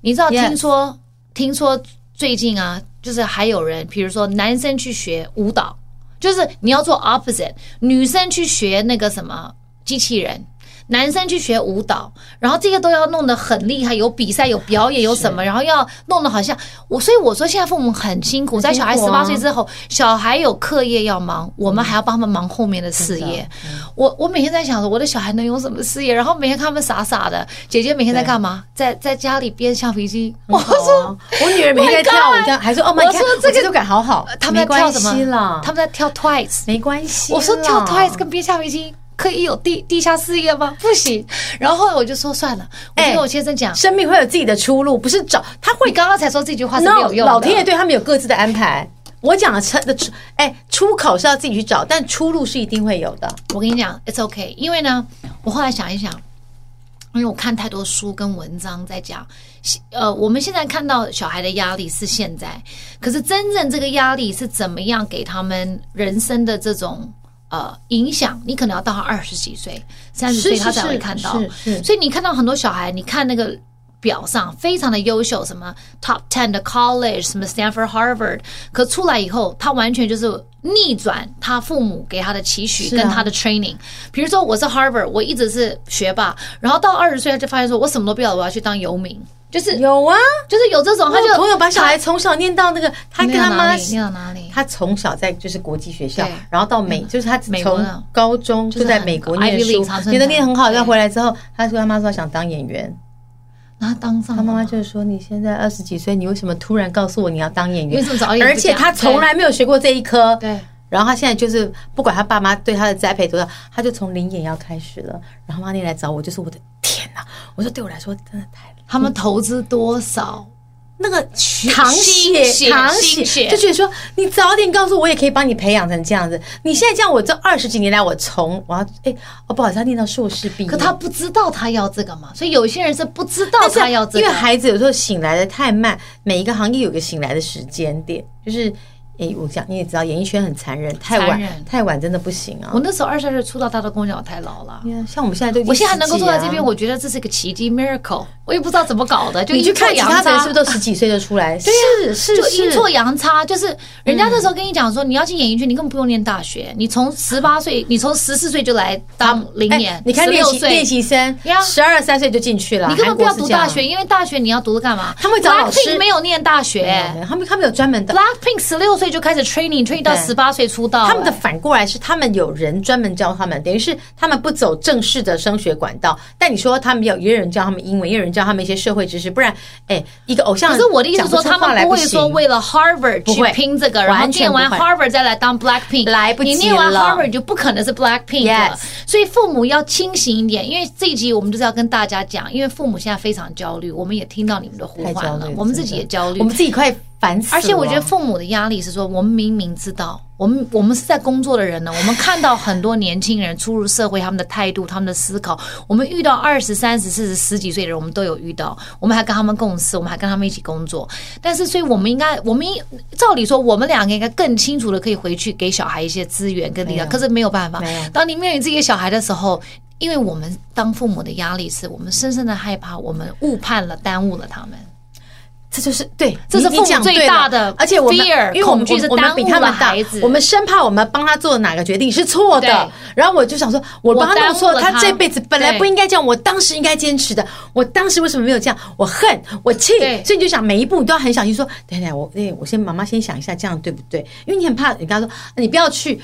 你知道 Yes 听说听说最近啊，就是还有人，比如说男生去学舞蹈，就是你要做 opposite，女生去学那个什么机器人。男生去学舞蹈，然后这些都要弄得很厉害，有比赛，有表演，有什么，然后要弄得好像我，所以我说现在父母很辛苦，在小孩辛十苦啊八岁之后，小孩有课业要忙，我们还要帮他们忙后面的事业。嗯我我每天在想着我的小孩能有什么事业，然后每天看他们傻傻的，姐姐每天在对哦干嘛？在在家里编橡皮筋。 我说我女儿每天在 Oh 跳 my 舞 God 这样，还说哦，你我看说我这个节奏感好好呃，他没们在跳关什么系啦？，啊他们在跳 Twice。没关系啦。我说跳 Twice 跟编橡皮筋可以有地地下事业吗？不行。然后后来我就说算了，我就哎跟我先生讲，生命会有自己的出路，不是找他会你刚刚才说这句话是没 no，有用的。老天爷对他们有各自的安排。我讲的出的出，哎，出口是要自己去找，但出路是一定会有的。我跟你讲，it's okay，因为呢，我后来想一想，因为我看太多书跟文章在讲，呃，我们现在看到小孩的压力是现在，可是真正这个压力是怎么样给他们人生的这种。呃，影响你可能要到他二十几岁、三十岁，是是他才会是看到。是是所以你看到很多小孩，你看那个表上非常的优秀，什么 top ten 的 college，什么 Stanford、Harvard，可出来以后，他完全就是逆转他父母给他的期许是啊跟他的 training。比如说我是 Harvard，我一直是学霸，然后到二十岁他就发现说我什么都不要，我要去当游民，就是有啊，就是有这种，我他有就哦朋友把小孩从小念到那个，他跟念到他哪妈里，念到哪里？他从小在就是国际学校对，嗯然后到美，就是他美国从的高中就就是在很美国 Ivy 念 League 书常，春念的藤念得很好，对但回来之后，他说他妈说他想当演员，他当上他妈妈了就是说：“你现在二十几岁，你为什么突然告诉我你要当演你员为什么早？”点不而且讲他从来没有学过这一科。对对然后他现在就是不管他爸妈对他的栽培多少，他就从零演要开始了。然后妈咪来找我，就是我的天哪！我说对我来说真的太他们投资多少？那个淌心血血淌心血血，就觉得说你早点告诉我，我也可以帮你培养成这样子。你现在这样，我这二十几年来，我从我要哎哦不好意思，他念到硕士毕业，可他不知道他要这个嘛，所以有些人是不知道但是他要这因个为。孩子有时候醒来的太慢，每一个行业有个醒来的时间点，就是。哎，我讲你也知道，演艺圈很残忍，太残晚忍太晚真的不行啊我。那时候二十二岁出道，大家都跟我讲我太老了。你看像我们现在都已经我现在还能够嗯十几坐在啊这边，我觉得这是一个奇迹 （miracle）。我也不知道怎么搞的，就你去看其阴错他阳的差，人是不是都十几岁就出来？是是嗯就是阴错阳差，就是人家那时候跟你讲说，你要进演艺圈，你根本不用念大学，你从十八岁，你从十四岁就来当零哎年，你看练16习岁练，习生呀，十二三岁就进去了，你根本不要韩国是读这样大学，。因为大学你要读的干嘛？他们会找老师 Blackpink 没有念大学对他们他们有专门的， ，Blackpink 十六岁就开始 training，training 到对十八岁出道，他们的反过来是他们有人专门教他们，等于是他们不走正式的升学管道。但你说他们有也有人教他们英文，也有人教他们一些社会知识，不然哎，一个偶像可讲是出话来不行，我的意思是说，他们不会说为了 Harvard 不去会拼这个，然后完全念完不会 Harvard 再来当 Blackpink，来不及你念完了 Harvard 就不可能是 Blackpink 了 Yes。所以父母要清醒一点，因为这一集我们就是要跟大家讲，因为父母现在非常焦虑，我们也听到你们的呼太唤焦虑了了，，我们自真己的也焦虑我。们自己快烦死了。而且我觉得父母的压力是说，我们明明知道，我们我们是在工作的人呢，我们看到很多年轻人出入社会，他们的态度、他们的思考，我们遇到二十三、十四、十十几岁的人，我们都有遇到，我们还跟他们共事，我们还跟他们一起工作。但是，所以我们应该，我们应照理说，我们两个应该更清楚的可以回去给小孩一些资源跟力量，没有可是没有办法没有。当你面临自己的小孩的时候。因为我们当父母的压力是我们深深的害怕，我们误判了、耽误了他们。这就是对，这是你父母你讲最对了大的而且我们 fear，因为我们恐惧是我们耽误比他了们大孩子我们生怕我们帮他做的哪个决定是错的对，然后我就想说，我帮他弄错我耽误了他他这辈子本来对不应该这样，我当时应该坚持的，我当时为什么没有这样？我恨，我气对，所以你就想每一步你都要很小心，说，等等，我哎，我先妈妈先想一下，这样对不对？因为你很怕，你跟他说，啊你不要去。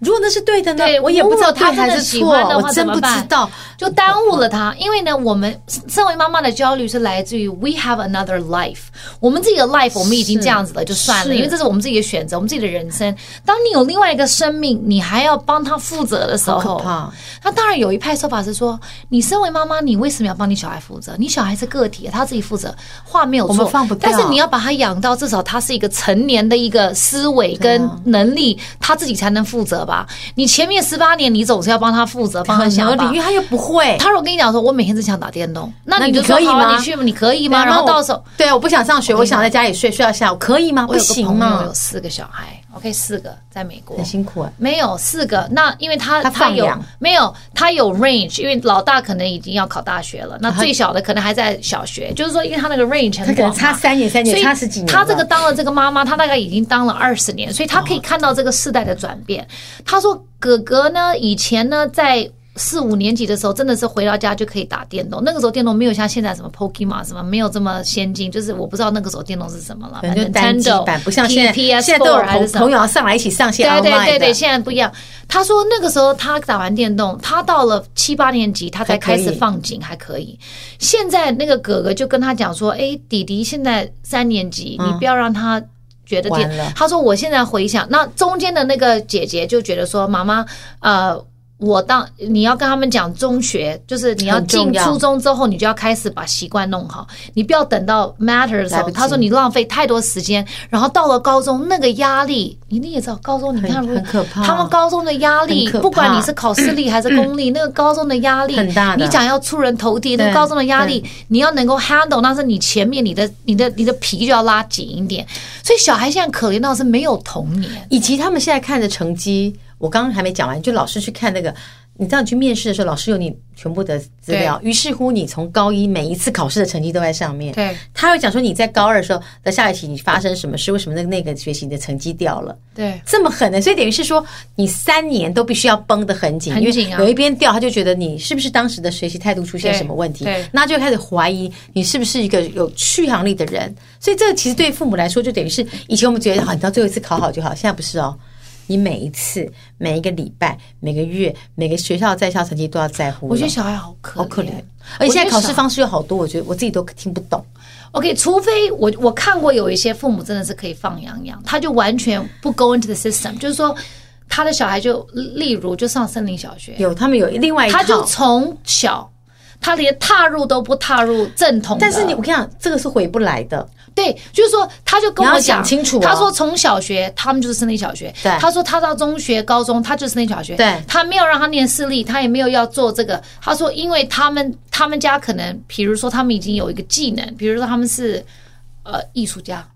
如果那是对的呢对？我也不知道如果他对还真的是喜错，欢的话我真怎么不知办道。就耽误了他。因为呢，我们身为妈妈的焦虑是来自于 we have another life，我们自己的 life 我们已经这样子了，就算了，是因为这是我们自己的选择，我们自己的人生。当你有另外一个生命，你还要帮他负责的时好候可怕，那当然有一派说法是说，你身为妈妈，你为什么要帮你小孩负责？你小孩是个体，他自己负责，话没有我错，们放不掉但是你要把他养到至少他是一个成年的一个思维跟啊能力，他自己才能负责吧。你前面十八年，你总是要帮他负责，帮 他很想合理，吧因为。他又不会。他如果跟你讲说，我每天只想打电动，那那你你就说可以好啊吗你去，你可以对吗？啊然后我到时候，对，我不想上学，我想在家里睡，睡到下午，可以吗？不我有个行朋友有吗？四个小孩，OK，四个在美国很，辛苦哎、没有四个，那因为他他放有养没有他有 range，因为老大可能已经要考大学了，那最小的可能还在小学，就是说因为他那个 range 很他可能广嘛，差三年三年所以差十几年了哦他这个当了这个妈妈，他大概已经当了二十年，所以他可以看到这个世代的转变。他说，哥哥呢，以前呢在。四五年级的时候，真的是回到家就可以打电动。那个时候电动没有像现在什么 Pokemon 什么没有这么先进，就是我不知道那个时候电动是什么了。可能就单机 Nintendo 版，不像现在 P- PS4 现在都有还是朋什么朋友要上来一起上线 online 对对对对，的现在不一样。他说那个时候他打完电动，他到了七八年级，他才开始放井，还可以。现在那个哥哥就跟他讲说：“哎，弟弟现在三年级，你不要让他。”觉嗯得完了电，他说我现在回想，那中间的那个姐姐就觉得说，妈妈，呃，我当你要跟他们讲中学，就是你要很重进要初中之后，你就要开始把习惯弄好，你不要等到 matter 的时来候，不及他说你浪费太多时间，然后到了高中那个压力，你你也知道，高中你看很如果很可怕他们高中的压力很，可怕不管你是考私立还是 公立，那个高中的压力很大的你讲要出人头地，那个对高中的压力，你要能够 handle，那是你前面你的你的你的皮就要拉紧一点。所以小孩现在可怜到是没有童年，以及他们现在看的成绩，我刚刚还没讲完，就老师去看那个。你知道你去面试的时候，老师有你全部的资料，于是乎你从高一每一次考试的成绩都在上面。对，他会讲说你在高二的时候的下学期你发生什么事，为什么那个那个学期你的成绩掉了。对。这么狠的，所以等于是说，你三年都必须要绷得很紧，很紧啊因为有一边掉，他就觉得你是不是当时的学习态度出现什么问题对对，那就开始怀疑你是不是一个有续航力的啊人。所以这个其实对父母来说，就等于是以前我们觉得好，你到最后一次考好就好，现在不是哦。你每一次、每一个礼拜、每个月、每个学校在校成绩都要在乎了。我觉得小孩好可好可怜，而且现在考试方式有好多，我觉得我自己都听不懂。 OK，除非我我看过有一些父母真的是可以放养养，他就完全不 go into the system，就是说他的小孩就例如就上森林小学，有他们有另外一他就套，从小他连踏入都不踏入正统的，但是你我跟你讲，这个是回不来的。对，就是说，他就跟你我要想讲清楚哦他说从小学他们就是私立小学，对他说他到中学、高中他就是私立小学，对他没有让他念私立，他也没有要做这个。他说，因为他们他们家可能，比如说他们已经有一个技能，比如说他们是呃艺术家，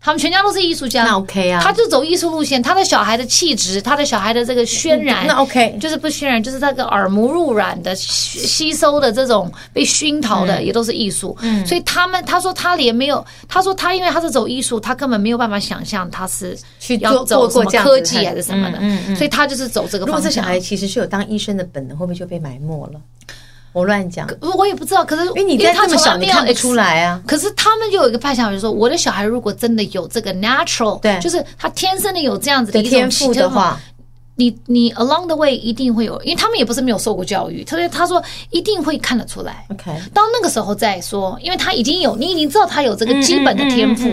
他们全家都是艺术家，那 OK 啊他就走艺术路线，他的小孩的气质，他的小孩的这个渲嗯染，那 OK 啊就是不渲染，就是那个耳濡目染的吸吸收的这种被熏陶的，也都是艺术。嗯，所以他们他说他连没有，他说他因为他是走艺术，他根本没有办法想象他是去要做做走什过么这样科子技很还是什么的，嗯嗯嗯所以他就是走这个如果方这小向。孩其实是有当医生的本能，会不会就被埋没了？我乱讲，我也不知道，可是因因为你在他这么从来小，你没有看不出来啊。可是他们就有一个幻想，就是说我的小孩如果真的有这个 natural，对就是他天生的有这样子的的一种天赋习的惯话，你你 along the way 一定会有，因为他们也不是没有受过教育，特别他说一定会看得出来。 OK 到那个时候再说，因为他已经有，你已经知道他有这个基本的天赋。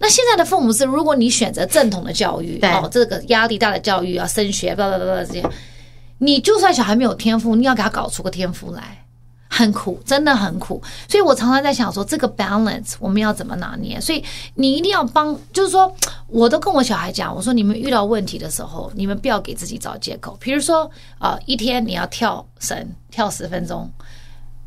那现在的父母是，如果你选择正统的教育，对哦，这个压力大的教育啊，升学，叭叭叭叭这些，你就算小孩没有天赋，你要给他搞出个天赋来。很苦，真的很苦，所以我常常在想说，这个 balance 我们要怎么拿捏？所以你一定要帮，就是说，我都跟我小孩讲，我说你们遇到问题的时候，你们不要给自己找借口。比如说，啊，一天你要跳绳，跳十分钟，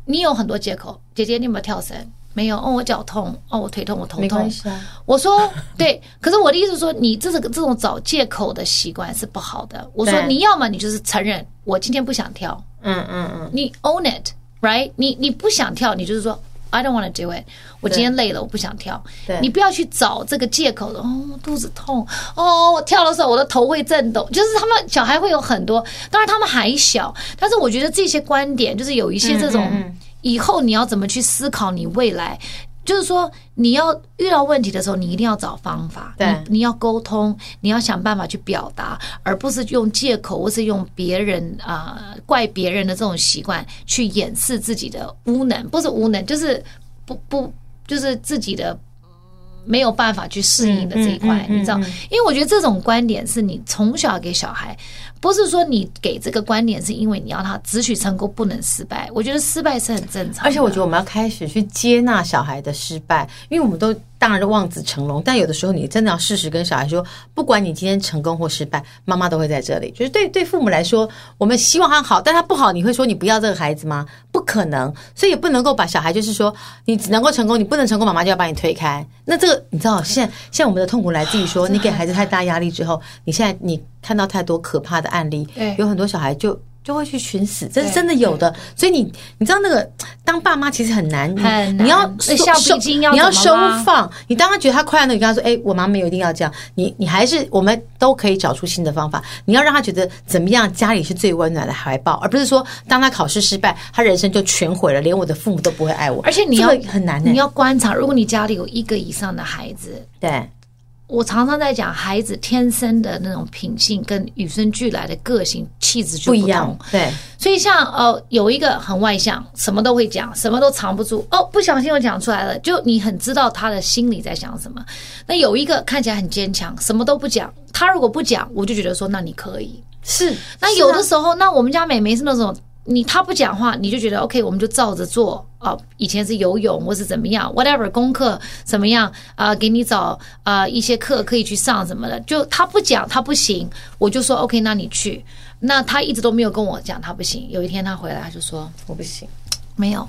你有很多借口。姐姐，你有没有跳绳？没有。哦，我脚痛。哦，我腿痛，我头没痛关。系啊。我说对，可是我的意思是说，你这个这种找借口的习惯是不好的。我说对你要么你就是承认我今天不想跳，嗯嗯嗯，你 own it，right？你你不想跳，你就是说 I don't want to do it。我今天累了，我不想跳对。你不要去找这个借口的，哦，肚子痛，哦，我跳的时候我的头会震动，就是他们小孩会有很多，当然他们还小，但是我觉得这些观点就是有一些这种，以后你要怎么去思考你未来。就是说，你要遇到问题的时候，你一定要找方法。对你你要沟通，你要想办法去表达，而不是用借口或是用别人啊、呃怪别人的这种习惯去掩饰自己的无能，不是无能，就是不不就是自己的嗯没有办法去适应的这一嗯嗯块，嗯你知道？因为我觉得这种观点是你从小给小孩，不是说你给这个观点是因为你要他只许成功不能失败，我觉得失败是很正常的，而且我觉得我们要开始去接纳小孩的失败，因为我们都当然都望子成龙，但有的时候你真的要适时跟小孩说，不管你今天成功或失败，妈妈都会在这里。就是对对父母来说，我们希望他好，但他不好，你会说你不要这个孩子吗？不可能，所以也不能够把小孩就是说你只能够成功，你不能成功，妈妈就要把你推开。那这个你知道，现在现在我们的痛苦来自于说，你给孩子太大压力之后，你现在你看到太多可怕的案例对，有很多小孩就。就会去寻死，这是对真的有的。所以你你知道那个当爸妈其实很难，你很难你要那橡皮收筋要你要怎收么拉放。你当他觉得他快乐，你跟他说：“哎、我妈没有一定要这样。你”你还是我们都可以找出新的方法。你要让他觉得怎么样家里是最温暖的怀抱，而不是说当他考试失败，他人生就全毁了，连我的父母都不会爱我。而且你要这个很难呢、欸你要观察，如果你家里有一个以上的孩子，对我常常在讲，孩子天生的那种品性跟与生俱来的个性气质就不不一同样。，对所以像呃，有一个很外向，什么都会讲，什么都藏不住。哦，不小心又讲出来了，就你很知道他的心里在想什么。那有一个看起来很坚强，什么都不讲，他如果不讲，我就觉得说，那你可以。是。啊那有的时候，那我们家美眉是那种。你她不讲话，你就觉得 OK，我们就照着做啊、以前是游泳或是怎么样，whatever 功课怎么样啊、给你找啊、一些课可以去上什么的。就她不讲，她不行，我就说 OK，那你去。那她一直都没有跟我讲她不行。有一天她回来，她就说我不行，没有，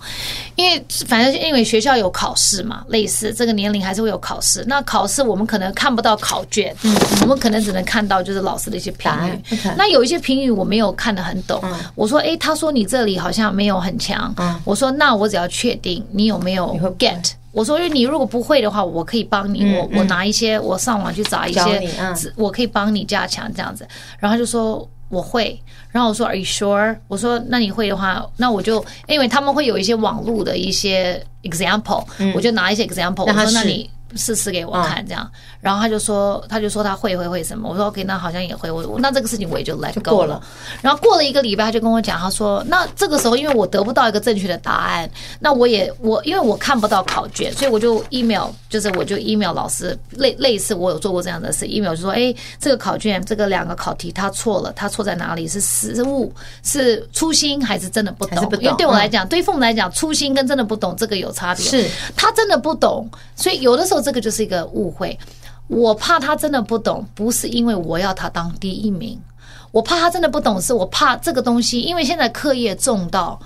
因为反正因为学校有考试嘛，类似这个年龄还是会有考试。那考试我们可能看不到考卷，我们可能只能看到就是老师的一些评嗯答案嗯语 OK。那有一些评语我没有看得很懂，我说诶，他说你这里好像没有很强，我说那我只要确定你有没有嗯会嗯 get。我说，因为你如果不会的话，我可以帮你。我我拿一些，我上网去找一教些你嗯资我可以帮你加强这样子。然后他就说我会，然后我说 Are you sure？我说那你会的话，那我就因为他们会有一些网络的一些 example，、我就拿一些 example，我嗯让他说那试你。试吃给我嗯看这样。然后他就说，他就说他会会会什么，我说 OK，那好像也会，我我那这个事情我也就 let 就 go 过了了。然后过了一个礼拜，他就跟我讲，他说那这个时候因为我得不到一个正确的答案，那我也我因为我看不到考卷，所以我就 email，就是我就 email 老师类类似我有做过这样的事，email 就说哎这个考卷这个两个考题他错了，他错在哪里？是失误，是粗心还是真的不懂？还是不懂因为对我来讲，对于父母来讲，粗心跟真的不懂这个有差别。是他真的不懂，所以有的时候这个就是一个误会。我怕他真的不懂，不是因为我要他当第一名，我怕他真的不懂，是我怕这个东西，因为现在课业重到。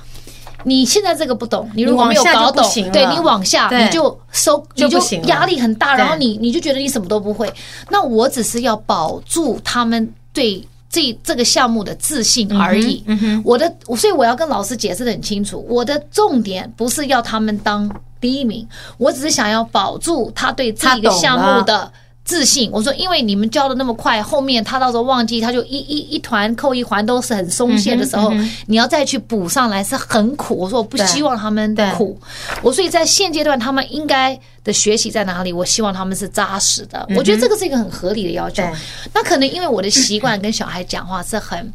你现在这个不懂，你如果没有往下就搞不懂，行了对你往下对你就收，你就就不行了压力很大，对然后你你就觉得你什么都不会。那我只是要保住他们对这这个项目的自信嗯而已。我的，所以我要跟老师解释的很清楚，我的重点不是要他们当第一名，我只是想要保住他对自他己的懂了项目的。自信，我说，因为你们教的那么快，后面他到时候忘记，他就一一一团扣一环都是很松嗯懈的时候，你要再去补上来是很苦。我说，我不对希望他们对苦，我所以在现阶段他们应该的学习在哪里？我希望他们是扎实的。我觉得这个是一个很合理的要求嗯对。那可能因为我的习惯跟小孩讲话是很，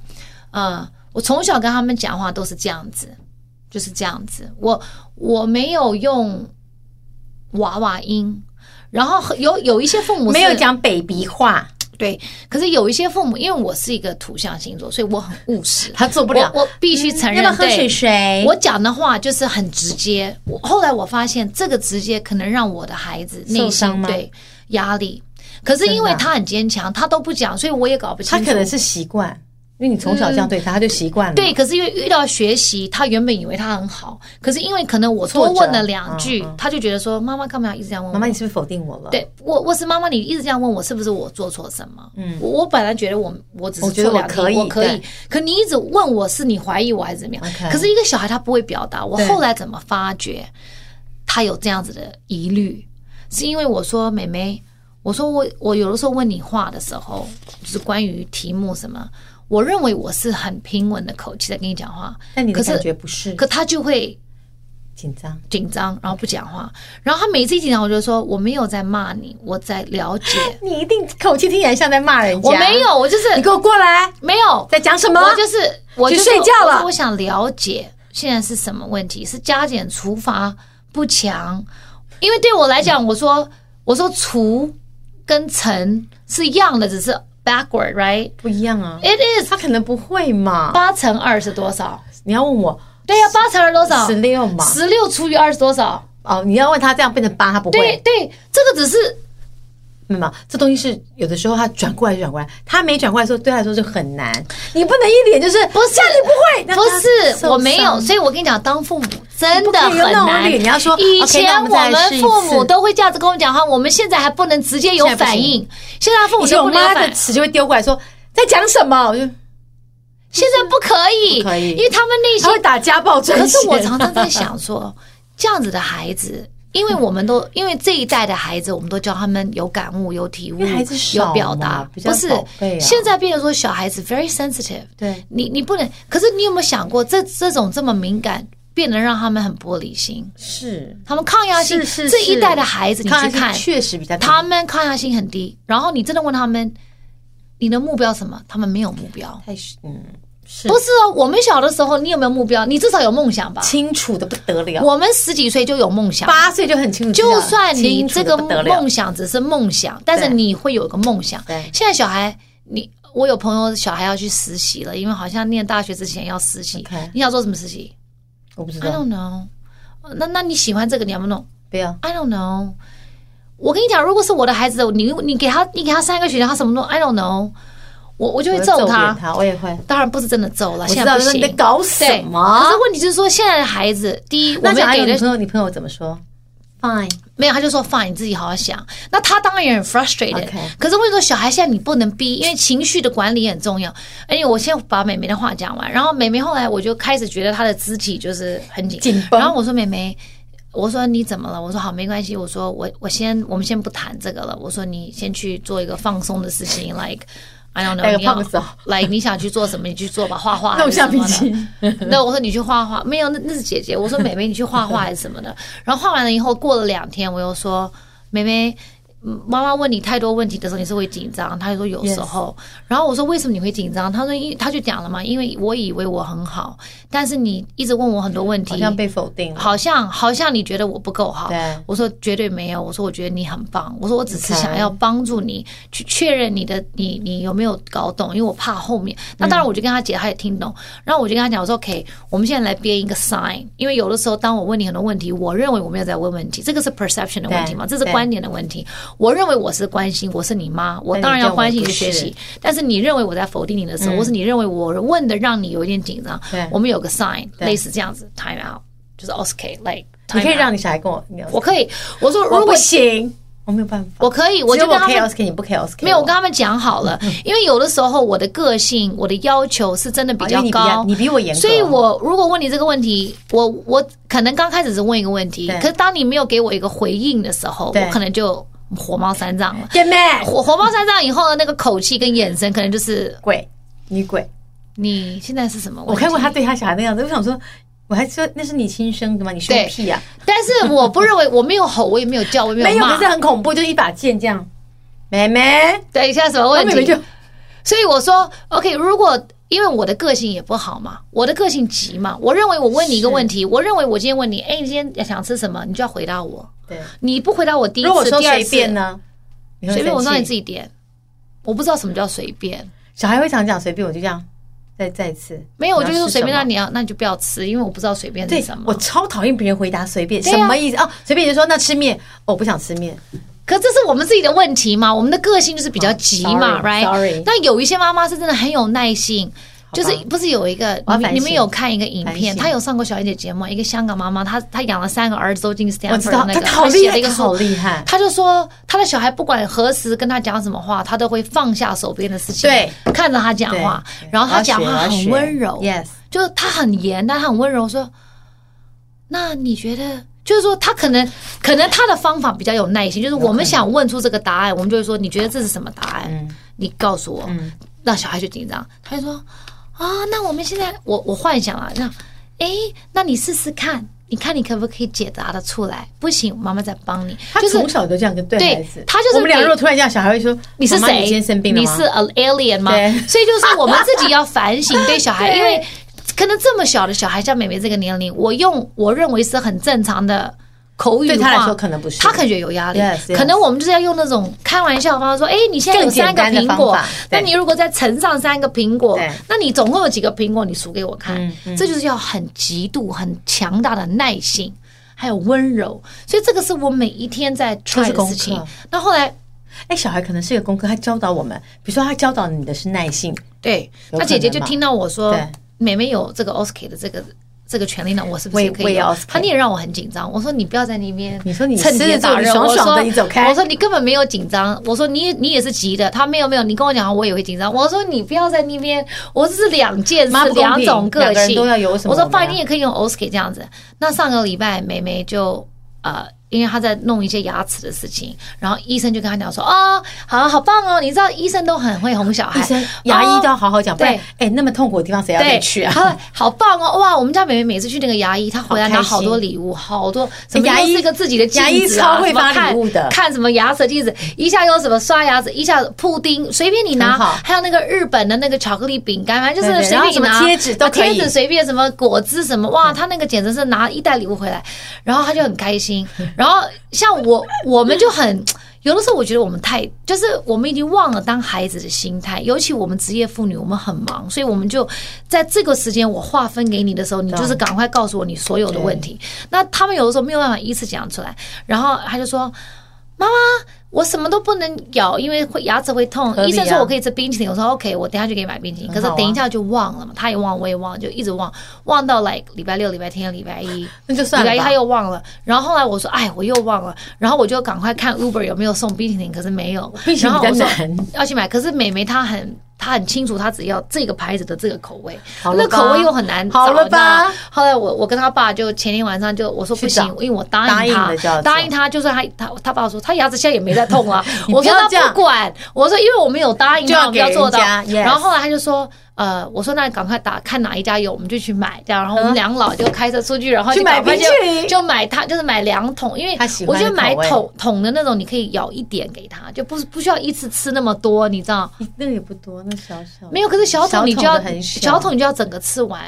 呃，我从小跟他们讲话都是这样子，就是这样子。我我没有用娃娃音，然后有有一些父母是没有讲 baby 话，对，可是有一些父母，因为我是一个土象星座，所以我很务实。他做不我了。嗯我必须承认，要不要喝对水水？我讲的话就是很直接。我后来我发现，这个直接可能让我的孩子内受伤心吗对压力。可是因为真的啊他很坚强，他都不讲，所以我也搞不清他楚。嗯可能是习惯，因为你从小这样对他，他就习惯了。对，可是因为遇到学习，他原本以为他很好，可是因为可能我多挫折问了两句，嗯嗯他就觉得说妈妈干嘛要一直这样问我？妈妈，你是不是否定我了？，对我，我是妈妈，你一直这样问我，是不是我做错什么？嗯，我我本来觉得我我只是我觉得错我两题可以我可以对，可你一直问我是你怀疑我还是怎么样 OK 可是一个小孩他不会表达，我对后来怎么发觉他有这样子的疑虑，是因为我说妹妹，我说我我有的时候问你话的时候，就是关于题目什么，我认为我是很平稳的口气在跟你讲话，但你可的是感觉不是可他就会紧张，紧张，然后不讲话，然后他每次一紧张，我就说我没有在骂你，我在了 解。你一定口气听起来像在骂人家。我没，有，我就是你给我过来，没有在讲什么？我就是我就是去睡觉了我我想了解现在是什么问题，是加减除法不强，因为对我来讲，我说我说除跟乘是一样的，只是 backward right。不一样啊。 It is 他可能不会嘛？八乘二是多少？你要问我对呀、八乘二多少？十六嘛？十六除以二是多少？哦，你要问他这样变成八，他不对会。对，这个只是没有，这东西是有的时候他转过来就转过来，他没转过来的时候，对他来说就很难。你不能一脸就是不是这样你不会，那他不是受我没有，伤所以我跟你讲，当父母真的你不很可以用那难。种脸你要说以 OK，前那我我们再来试们一次父母都会这样子跟我们讲话，我们现在还不能直接有现在不行反应，现在父母以前都我不能有妈反的词就会丢过来说在讲什么，我就现在不可以，不可以因为他们内心她会打家暴专可是线。我 常常在想说，这样子的孩子，因为我们都因为这一代的孩子，我们都教他们有感悟、有体悟因为孩子、少有表达嘛，比较不是宝贝？啊现在变成说小孩子 very sensitive，对你你不能。可是你有没有想过，这这种这么敏感，变得让他们很玻璃心？是他们抗压性是是这一是代的孩子，你抗去压性看，确实比较低他们抗压性很低。然后你真的问他们，你的目标是什么？他们没有目标。太是嗯是不是哦，我们小的时候，你有没有目标？你至少有梦想吧？清楚的不得了，我们十几岁就有梦想，八岁就很清楚知道，就算你清楚这得个不得了梦想只是梦想，但是对你会有一个梦想对。现在小孩，你我有朋友小孩要去实习了，因为好像念大学之前要实习 OK。嗯你想做什么实习我不知？I 道， don't know。那呃那你喜欢这个，你要不要弄不要？I don't know。我跟你讲，如果是我的孩子，你你给他你给他三个选项，他什么都 I don't know，我我就会我会揍扁他。他，我也会。当然不是真的揍了，我现知在道不就是行。你在搞对什么可是问题就是说，现在的孩子，第一，我那们小孩给有的女朋友，你朋友怎么说？Fine， 没有，他就说放你自己好好想。那他当然也很 frustrated。 OK 可是为什么小孩现在你不能逼？因为情绪的管理很重要。而且我先把美美的话讲完，然后美美后来我就开始觉得她的肢体就是很紧紧绷然后我说美美。我说你怎么了？我说好，没关系。我说我我先我们先不谈这个了。我说你先去做一个放松的事情，like I don't 戴 know，个你要胖子哦 like 你想去做什么你去做吧，画画弄橡皮还是什么的筋。那我说你去画画，没有，那那是姐姐。我说妹妹，你去画画还是什么的。然后画完了以后，过了两天，我又说妹妹。嗯妈妈问你太多问题的时候，你是会紧张。她就说有时候然后我说为什么你会紧张？她说因她就讲了嘛，因为我以为我很好，但是你一直问我很多问题，好像被否定了。好像好像你觉得我不够好对，我说绝对没有，我说我觉得你很棒，我说我只是 OK 想要帮助你去确认你的你你有没有搞懂，因为我怕后嗯面。那当然，我就跟他姐，她也听懂，然后我就跟他讲，我说 OK，我们现在来编一个 sign，因为有的时候当我问你很多问题，我认为我没有在问问题，这个是 perception 的问题嘛，对这是对观点的问题。我认为我是关心，我是你妈，我但当然你要认为关心你不的学是习，但是你认为我在否定你的时候，或是你认为我问的让你有一点紧张嗯对，我们有个 sign，对类似这样子 time out，就是 OK，like。你可以让你小孩跟我聊，我可以，我说我如不果行，我没有办法，我可以，我只就有我跟他可以们 OK，你不可以 OK，没有，我跟他们讲好了，嗯因为有的时候我的个性、我的要求是真的比哦因为较你比较高，你比我严格，所以我如果问你这个问题，我我可能刚开始是问一个问题对，可是当你没有给我一个回应的时候，对我可能就火冒三丈了。姐妹火火冒三丈以后的那个口气跟眼神，可能就是鬼，女鬼。你现在是什么？我看过他，对他小孩那样子，我想说，我还说那是你亲生的吗？你生对屁啊！但是我不认为我没有吼，我也没有叫，我也没有，骂可是。很恐怖，就一把剑这样，妹妹，等一下什么我问妹妹题就？所以我说，OK，如果因为我的个性也不好嘛，我的个性急嘛，我认为我问你一个问题，我认为我今天问你，哎，你今天想吃什么，你就要回答我。对。你不回答我第一如果次、说第二随次，便呢？你会随便我生让气你自己点。我不知道什么叫随便，小孩会常讲随便，我就这样，再再一次。没有，我就你要说吃随便，什么那你要那你就不要吃，因为我不知道随便是对什，么我。超讨厌别人回答随便，对什啊么意思？哦，随便就说那吃面，哦我不想吃面，可这是我们自己的问题嘛，我们的个性就是比较急嘛、啊 sorry， r i g h sorry t 但有一些妈妈是真的很有耐心。就是不是有一个我要你反们你们省有看一个影反片，省她有上过小姐姐节目，一个香港妈妈，她她养了三个儿子都进我 Stanford 知的道那他个，好她厉写害了一，个他好书，厉害，她就说她的小孩不管何时跟她讲什么话，她都会放下手边的事情，对，看着她讲话对，然后我她要讲学话我要很学温柔， ，yes，就是他很严，但他很温柔，说：“那你觉得？”就是说，他可能可能他的方法比较有耐心，就是我们想问出这个答案，我们就会说：“你觉得这是什么答案？嗯你告诉我。那小孩就紧张，他就说：“啊，那我们现在我我幻想啊，这样，哎，那你试试看，你看你可不可以解答的出来？不行，妈妈再帮你。”他就是从小就这样跟对对孩子，他就是我们俩给如果突然这样，小孩会说你是妈妈谁？你今天生病了你吗？是 a alien 吗对？所以就是我们自己要 反省对小孩，对因为可能这么小的小孩，像妹妹这个年龄，我用我认为是很正常的口语对化，他来说可能不是他可能觉得有压力 Yes, yes 可能我们就是要用那种开玩笑的方式说，哎，你现在有更嗯简三个单的苹果方法，那对你如果再乘上三个苹果对，嗯那你总共有几个苹果？你数给我看，这就是要很极度、很强大的耐心。还有温柔，所以这个是我每一天在是 try 的功事情课。那后来哎，小孩可能是一个功课，他教导我们，比如说他教导你的是耐性，对，有那可姐姐能就嘛听到我说对，妹妹有这个 OSK 的这个这个权利呢，我是不是为也可以为有 OSK？她也让我很紧张，我说你不要在那边，你说你趁狮机子座打你人，爽我爽的说你走开我说你根本没有紧张，我说你你也是急的，她没有没有，你跟我讲我也会紧张，我说你不要在那边，我这是两件妈事，不公两平种个两个人性都要有什么我说我们爸，要你也可以用 OSK 这样子。那上个礼拜妹妹就呃。因为她在弄一些牙齿的事情，然后医生就跟她讲说：“哦，好好棒哦，你知道医生都很会哄小 孩，医生哎牙医哦都要好好讲，不然对哎那么痛苦的地方谁要对， 得去啊？ 他会好棒哦！哇，我们家妹妹每次去那个牙医，她回来好开拿心好多礼物，好多什么牙医又是一个自己的镜子、啊、牙医超会什么发看礼物的看什么牙齿的镜子，一下有什么刷牙齿，一下铺丁，随便你拿很好。还有那个日本的那个巧克力饼干，反正就是对对随便你然后拿什么贴纸都啊可以贴纸随便什么果汁什么，哇，她那个简直是拿一袋礼物回来，然后她就很开心。然后像我， 我们就很。有的时候我觉得我们太，就是我们已经忘了当孩子的心态，尤其我们职业妇女，我们很忙，所以我们就在这个时间我划分给你的时候，你就是赶快告诉我你所有的问题。那他们有的时候没有办法一次讲出来，然后他就说：“妈妈，我什么都不能咬，因为会牙齿会痛。合理啊医生说我可以吃冰淇淋，我说 OK，我等一下就给你买冰淇淋。可很是好啊等一下就忘了嘛，他也忘，我也忘，就一直忘，忘到 like 礼拜六、礼拜天、礼拜一。那就算礼了拜一吧他。又忘了，然后后来我说，哎，我又忘了，然后我就赶快看 Uber 有没有送冰淇淋，可是没有，冰淇淋然后我比较说难要去买，可是美眉她很。她很清楚，她只要这个牌子的这个口味，好那了吧口味又很难找好了吧你知道后来我我跟他爸就前天晚上就我说不去找行，因为我答答应应他了就要，做答应他，就算他他他爸说他牙齿现在也没在痛啊，你我不说要他这样不管，我说因为我们有答应就要他，我们要给人做到。家，yes 然后后来他就说呃，我说那赶快打看哪一家有，我们就去买这样。然后我们两老就开车出去，然后嗯去就买赶快冰就淇淋就买它，就是买两桶，因为他喜欢我觉的得买口味桶桶的那种，你可以舀一点给他，就不不需要一次吃那么多，你知道？那个也不多，那小小的没有，可是小桶你就要的很小，小桶你就要整个吃完，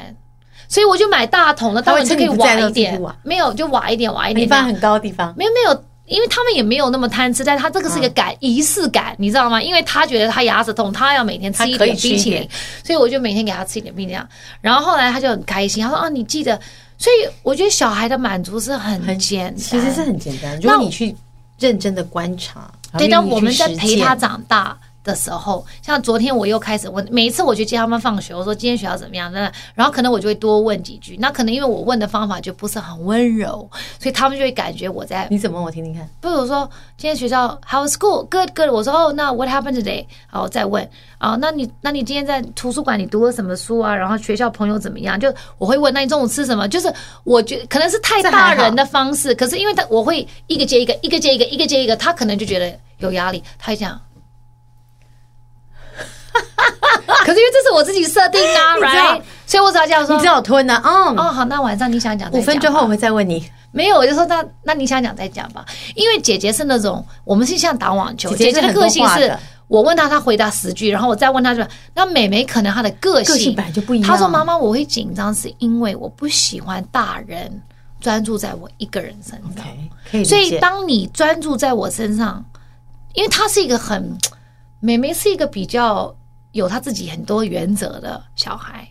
所以我就买大桶的，他当会然就趁可以你不在挖的时候一自点己挖，没有就挖一点挖一你点这放样。很高的地方，没有没有，因为他们也没有那么贪吃，但他这个是嗯一个感、仪式感，你知道吗？因为他觉得他牙齿痛，他要每天吃一他可点以吃冰淇一淋，所以我就每天给他吃一点冰淇淋。然后后来他就很开心，他说：“啊，你记得。”所以我觉得小孩的满足是很简单，其实是很简单。如果你去认真的观察，对。然当后我你们去在实陪践他长大的时候，像昨天我又开始问，每一次我去接他们放学，我说今天学校怎么样？那然后可能我就会多问几句。那可能因为我问的方法就不是很温柔，所以他们就会感觉我在你怎么我听听看？不是我说今天学校 How was school? Good, good。我说哦，那 What happened today？然后再问哦，那你那你今天在图书馆你读了什么书啊？然后学校朋友怎么样？就我会问，那你中午吃什么？就是我觉可能是太这还大好人的方式，可是因为他我会一个接一个，一个接一个，一个接一个，他可能就觉得有压力，他会讲。 可是因为这是我自己设定啊 你知道，right？所以我只要这样说你只，好吞呢、啊，嗯，哦，好，那晚上你想讲再五分讲钟吧后我会再问你。没有，我就说那那你想讲再讲吧，因为姐姐是那种我们是像打网球，姐姐姐是的个性很多话是的我问她，她回答十句，然后我再问她就，那美美可能她的个性个性本来就不一样她说妈妈，我会紧张是因为我不喜欢大人专注在我一个人身上 OK，可以理解。哦所以当你专注在我身上，因为她是一个很美美是一个比较有她自己很多原则的小孩，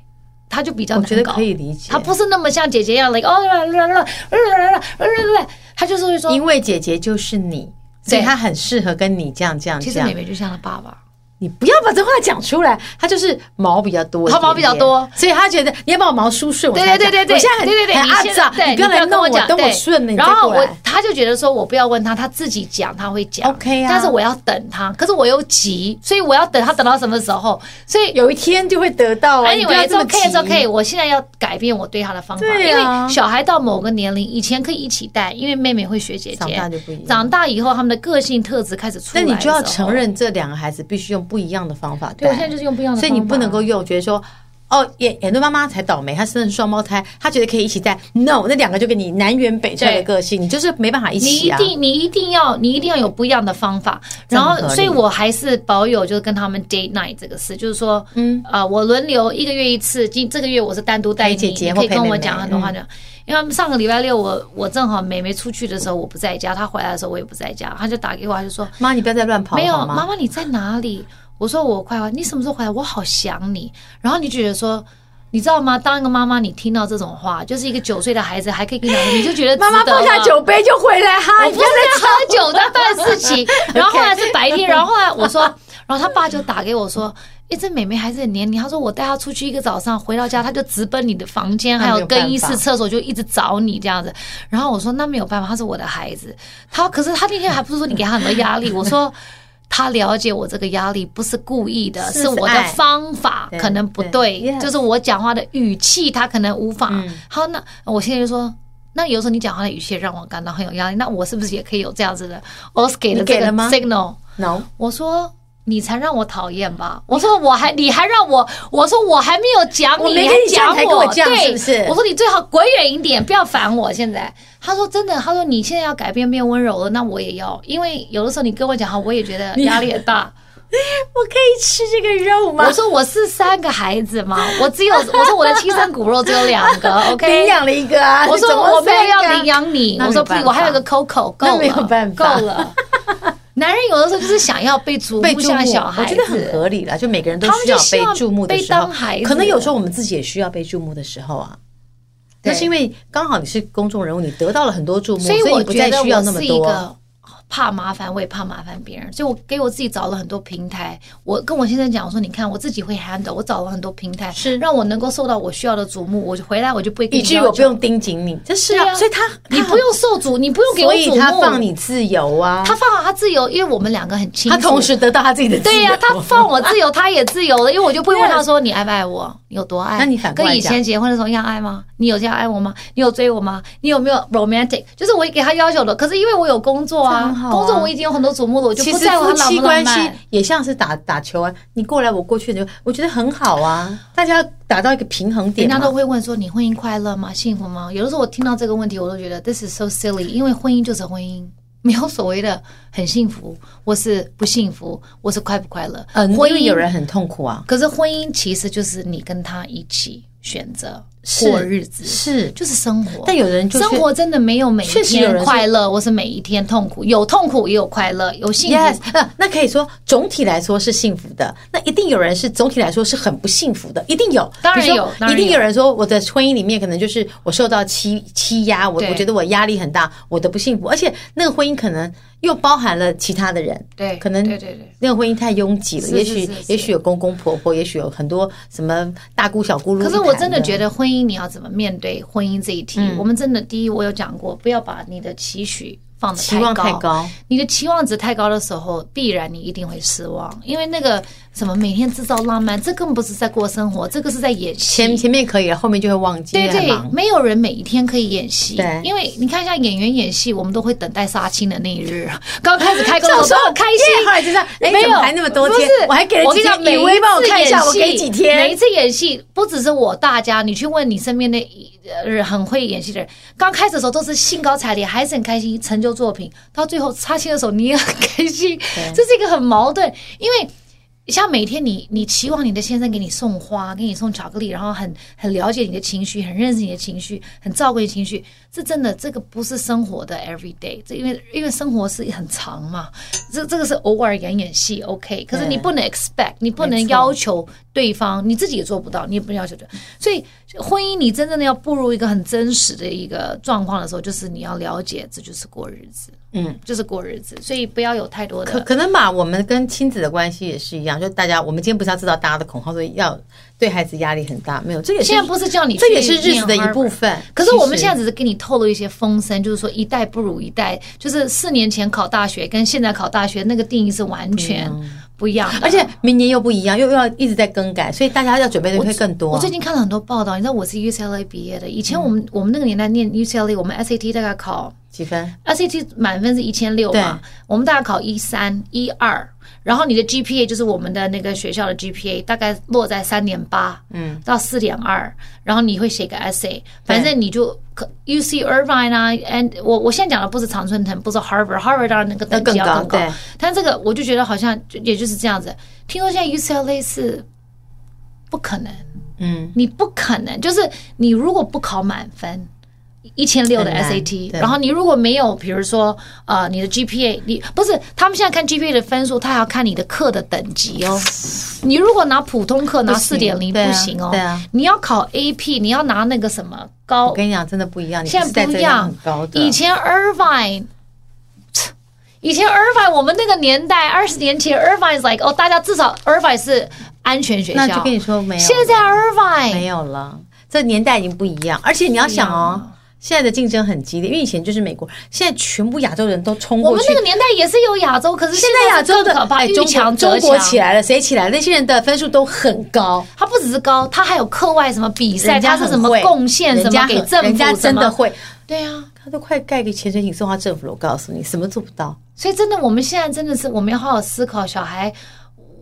她就比较我难搞。觉得可以理解，他不是那么像姐姐一样，like 哦啦啦啦啦啦呃啦啦啦，他就是会说，因为姐姐就是你，所以她很适合跟你这样这样其这实样妹。妹就像她爸爸，你不要把这话讲出来，她就是毛比较多一点点，她毛比较多所以她觉得你要把我毛梳顺，我对才对对讲对对，我现在很对对对，很阿你现在杂，对不要来你跟弄讲，等我对顺了你再然后过我来。他就觉得说我不要问他，他自己讲他会讲 OK 啊但是我要等他，可是我又急，所以我要等他等到什么时候？所以有一天就会得到啊，你不 Anyway，要这么 OK 急 it's。OK，我现在要改变我对他的方法，对啊因为小孩到某个年龄，以前可以一起带，因为妹妹会学姐姐，长大就不一样长大以后，他们的个性特质开始出那你来，就要承。认这两个孩子必须用不一样的方法带。对，我现在就是用不一样的所方法，以你不能够又觉得说，哦，演演的妈妈才倒霉，她生的是双胞胎，她觉得可以一起带。No，那两个就跟你南�辕北辙的对个性，你就是没办法一你起一啊。定，你一定要，你一定要有不一样的方法。这然样后合理，所以我还是保有就是跟他们 date night 这个事，就是说，嗯，啊，我轮流一个月一次，今这个月我是单独带你，陪姐姐你可或以陪跟妹我妹嗯讲很多话讲。因为上个礼拜六我我正好妹妹出去的时候我不在家，她回来的时候我也不在家，她就打给我，她就说妈，你不要再乱跑没有，好妈吗？妈你在哪里？我说我快回来，你什么时候回来？我好想你。然后你就觉得说，你知道吗？当一个妈妈，你听到这种话，就是一个九岁的孩子还可以跟你讲，你就觉得妈妈值得放下吗酒杯就回来哈，啊我你不哦不要啊是再在喝酒在办事 情。然后后来是白天，然后后来我说，然后他爸就打给我说。哎，这妹妹还是很黏你。他说我带她出去一个早上，回到家她就直奔你的房间，那还没有有更衣办室、法厕所，就一直找你这样子。然后我说那没有办法，她是我的孩子。他可是他那天还不是说你给他很多压力，我说他了解我这个压力不是故意的，是是我的爱方法对可能不对对， ，yes 嗯就是我讲话的语气他可能无法。好，那我现在就说。那有时候你讲话的语气让我感到很有压力，那我是不是也可以有这样子的 Oscar 的你给这个了吗 signal？ no。我说你才让我讨厌吧，我说我还你还让我，我说我还没有讲我你，没你跟你还讲讲还跟我讲对是不是我说你最好滚远一点，不要烦我。现在他说真的，他说你现在要改变变温柔了，那我也要，因为有的时候你跟我讲话，我也觉得压力很大。我可以吃这个肉吗我？说我是三个孩子嘛，我只有 我说我的亲生骨肉只有两个 领 ，OK。养了一个啊，我 说怎么我没有三个啊要领。养你，那我没有说办法我还有一个 Coco，够那了，没有办法够了。 男人有的时候就是想要被瞩被目，注目像小孩我子，觉得很合理啦，就每个人都他们需就要希被望注目的被时候当孩，子可能有时候我们自己也需要被注目的时候啊。那对是因为刚好你是公众人物，你得到了很多注目，所以以我你不觉再得需要我那么是一多。个怕麻烦，我也怕麻烦别人，所以我给我自己找了很多平台。我跟我先生讲，我说你看我自己会 handle，我找了很多平台，是让我能够受到我需要的瞩目。我就回来我就不会跟以你至于要我不求用盯紧你，这是对啊，啊所以他你他不用受阻，你不用给我所以瞩目，他放，你自由啊，他放好他自由，因为我们两个很清楚，他同时得到他自己的自由。对呀、他放我自由，他也自由了，因为我就不会问他说你爱不爱我，你有多爱？那你反过来跟以前结婚的时候一样爱吗？你有这样爱我吗？你有追我吗？你有没有 romantic？就是我给他要求的，可是因为我有工作这啊，样好啊工作我已经有很多瞩目了，我就其不实在乎夫他浪妻不浪关系漫。也像是打打球啊，你过来我过去，你就我觉得很好啊，大家达到一个平衡点人家都嘛。会问说你婚姻快乐吗？幸福吗？有的时候我听到这个问题，我都觉得 this is so silly，因为婚姻就是婚姻，没有所谓的很幸福，或是不幸福，或是快不快乐。嗯，因婚为姻有人很痛苦啊，可是婚姻其实就是你跟他一起选择过日子，是，就是生活。但有人就是生活真的没有每一确实有人天是快乐，或是每一天痛苦，有痛苦也有快乐，有幸福。 Yes，呃，那可以说总体来说是幸福的。那一定有人是总体来说是很不幸福的，一定有。当然比如说有当然一定有有人说我的婚姻里面可能就是我受到欺欺压，我对我觉得我压力很大，我的不幸福，而且那个婚姻可能又包含了其他的人，对可能对对对。那个婚姻太拥挤了，是也是许是是也许有公公婆婆，也许有很多什么大姑小姑。可是我真的觉得，得婚姻，你要怎么面对婚姻这一题？嗯我们真的第一，我有讲过，不要把你的期许放得期望太太高你的期望值太高的时候，必然你一定会失望，因为那个什么每天制造浪漫，这根本不是在过生活，这个是在演戏。前前面可以了，后面就会忘记，对因为很对忙，没有人每一天可以演戏对，因为你看一下演员演戏，我们都会等待杀青的那一日。 刚开始开这工的样时说候多么开心，耶后来就这样哎没怎有么还那么多不天是我还给了我几跟你讲，天每以为帮我看一下次我给演戏几天每一次演戏不只是我，大家你去问你身边的呃很会演戏的人，刚开始的时候都是兴高采烈，还是很开心成就作品，到最后杀青的时候你也很开心，这是一个很矛盾，因为。像每天你你期望你的先生给你送花，给你送巧克力，然后很很了解你的情绪，很认识你的情绪，很照顾你的情绪，这真的这个不是生活的 every day，这因为因为生活是很长嘛，这这个是偶尔演演戏 OK，可是你不能 expect，你不能要求对方，你自己也做不到，你也不能要求对方，所以婚姻你真正的要步入一个很真实的一个状况的时候，就是你要了解这就是过日子，嗯，就是过日子，所以不要有太多的可可能吧，我们跟亲子的关系也是一样，就大家我们今天不是要制造大家的恐慌，所以要对孩子压力很大，没有，这也是现在不是叫你去这也是日子的一念 Harvard 部分。可是我们现在在只是给你透露一些风声，就是说一代不如一代，就是四年前考大学跟现在考大学那个定义是完全不一样的。而且明年又不一样，又又要一直在更改，所以大家要准备的会更多、我最近看了很多报道，你知道我是 UCLA 毕业的，以嗯前我们、我们那个年代念 UCLA，我们 SAT 大概考几分？ SAT 满分是一千六嘛，我们大概考一三一二，然后你的 GPA 就是我们的那个学校的 GPA，大概落在三点八，嗯，到四点二，然后你会写个 essay，反正你就可 UC Irvine 啊，and 我我现在讲的不是常春藤，不是 Harvard，Harvard 当然那个等级要要更更高对但这个我就觉得好像就也就是这样子。听说现在 UCLA 是不可能，嗯，你不可能，就是你如果不考满分。一千六的很难 SAT，对然后你如果没有，比如说呃，你的 GPA，你不是他们现在看 GPA 的分数，他还要看你的课的等级哦。你如果拿普通课拿四行点零对啊不行哦，对啊你要考 AP，你要拿那个什么高我跟你讲，真的不一样，你现不是在在不这一样样很高。的。以前 Irvine，以前 Irvine 我们那个年代，二十年前 Irvine is like 哦，大家至少 Irvine 是安全学校。那就跟你说没有了现在 Irvine 没有了，这年代已经不一样，而且你要想哦。现在的竞争很激烈，因为以前就是美国，现在全部亚洲人都冲我过们去那。个年代也是有亚洲，可是现在亚洲的是更可怕，哎，遇中国强中则国强。起来了，谁起来？那些人的分数都很高，它不只是高，它还有课外什么比赛，人家它很是什么会贡献，人什家么很给政府，人家真什的么会，对啊。他都快盖个潜水艇送到政府了。我告诉你，什么做不到？所以真的，我们现在真的是我们要好好思考小孩。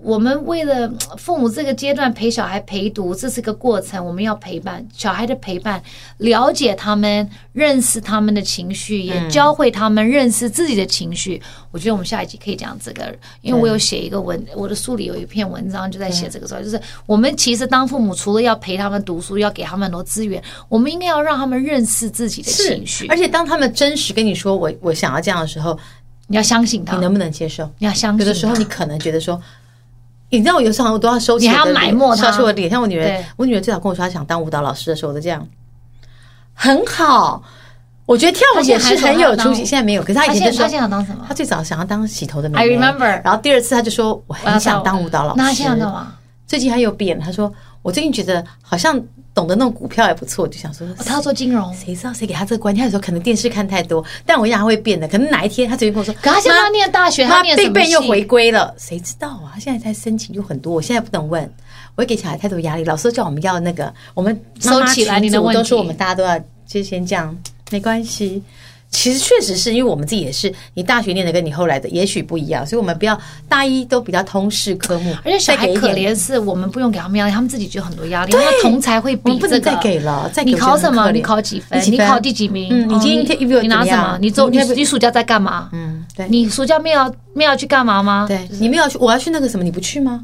我们为了嗯父母这个阶段陪小孩陪读，这是个过程，我们要陪伴小孩的陪伴，了解他们，认识他们的情绪，嗯也教会他们认识自己的情绪。我觉得我们下一集可以讲这个，因为我有写一个文，嗯我的书里有一篇文章就在写这个时候，就是我们其实当父母除了要陪他们读书，要给他们很多资源，我们应该要让他们认识自己的情绪，而且当他们真实跟你说我我想要这样的时候，你要相信他你，能不能接受？你要相信有他。的时候你可能觉得说，你知道我有时候好像我都要收起你还我的要埋脸没它收起我的脸。像我女儿对，我女儿最早跟我说她想当舞蹈老师的时候，我都这样，很好。我觉得跳舞也是很有出息，她现在还说她要当现在没有，可是她他以现前在就说他现在想当什么她？最早想要当洗头的妹妹 I remember 然后第二次她就说我我要很想当舞蹈老师。那他现在干嘛？最近还有变，她说我最近觉得好像懂得弄股票也不错，就想说哦他要做金融，谁知道谁给他这个观念？他有时候可能电视看太多，但我跟你讲他会变的。可能哪一天他直接跟我说，可他现在要念大学，妈他念贝什么贝系？又回归了，谁知道啊？他现在在申请有很多，我现在不能问，我会给小孩太多压力。老师都叫我们要那个，我们妈妈收起来群你的组问都说题我们大家都要就先这样，没关系。其实确实是因为我们自己也是，你大学念的跟你后来的也许不一样，所以我们不要大一都比较通识科目，而且小再孩给一可点怜是，我们不用给他们压力，他们自己就有很多压力，他们同才会我比们不这个。能再给了，再给你我觉考得很什么？可你怜考几分？几你考第几名？嗯，你哦今天 interview 你拿什怎么？你周你今天你暑假在干嘛？嗯，对，你暑假没有没有去干嘛吗？对，你们要去，我要去那个什么，你不去吗？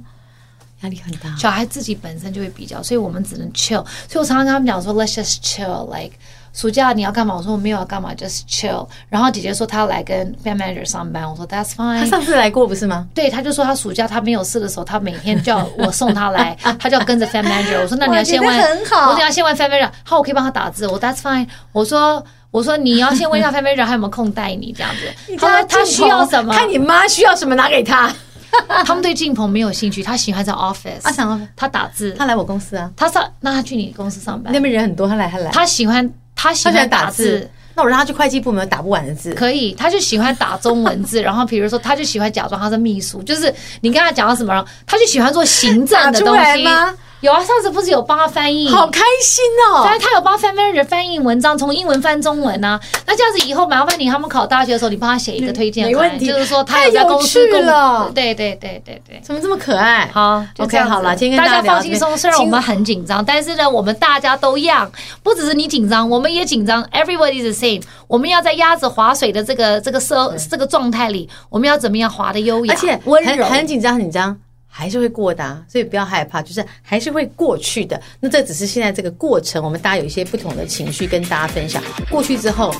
压力很大。小孩自己本身就会比较，所以我们只能 chill。所以我常常跟他们讲说，Let's just chill，like。暑假你要干嘛？我说我没有要干嘛，just chill。然后姐姐说她要来跟 fan manager 上班，我说 That's 他 fine。上次来过不是吗？对，她就说她暑假她没有事的时候，她每天叫我送她 来，她就要跟着 fan manager。我说那你要先问，哇觉得很好我说你要先问 fan manager，好，我可以帮她打字，我 That's fine。我说我说你要先问一下 fan manager 还有没有空带你这样子。她说她需要什么？看你妈需要什么，拿给他。 他们对进棚没有兴趣，她喜欢在 office，她啊想要她打字，他来我公司啊，他上那他去你公司上班那，边人很多，他来他来，他喜欢他喜他喜欢欢打打字字，。那我让他去会计部门，有打不完的字。可以，他就喜欢打中文字， 然后比如说他就喜欢假装他是秘书，就是你跟他讲到什么，然后他就喜欢做行政的打出东来西吗。有啊，上次不是有帮他翻译，好开心哦！但是他有帮 fan manager 翻译文章，从英文翻中文啊。那这样子以后麻烦你，他们考大学的时候，你帮他写一个推荐嗯函，没问题就是说他有在公太司有趣工了对对对对对。怎么这么可爱？好就这，OK，样子好了，今天跟大家家聊放到这轻边松。虽然我今们很紧张，但是呢，我们大家都一样，不只是你紧张，我们也紧张。Everybody is the same。我们要在鸭子划水的这个这个社这个状态里，我们要怎么样划的优雅、而且温很柔？很紧张，很紧张。还是会过的、啊，所以不要害怕，就是还是会过去的。那这只是现在这个过程，我们大家有一些不同的情绪跟大家分享。过去之后，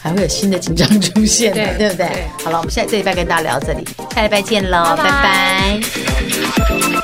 还会有新的紧张出现的，对对不对？对好了，我们下这礼拜跟大家聊到这里，下礼拜见喽，拜拜拜拜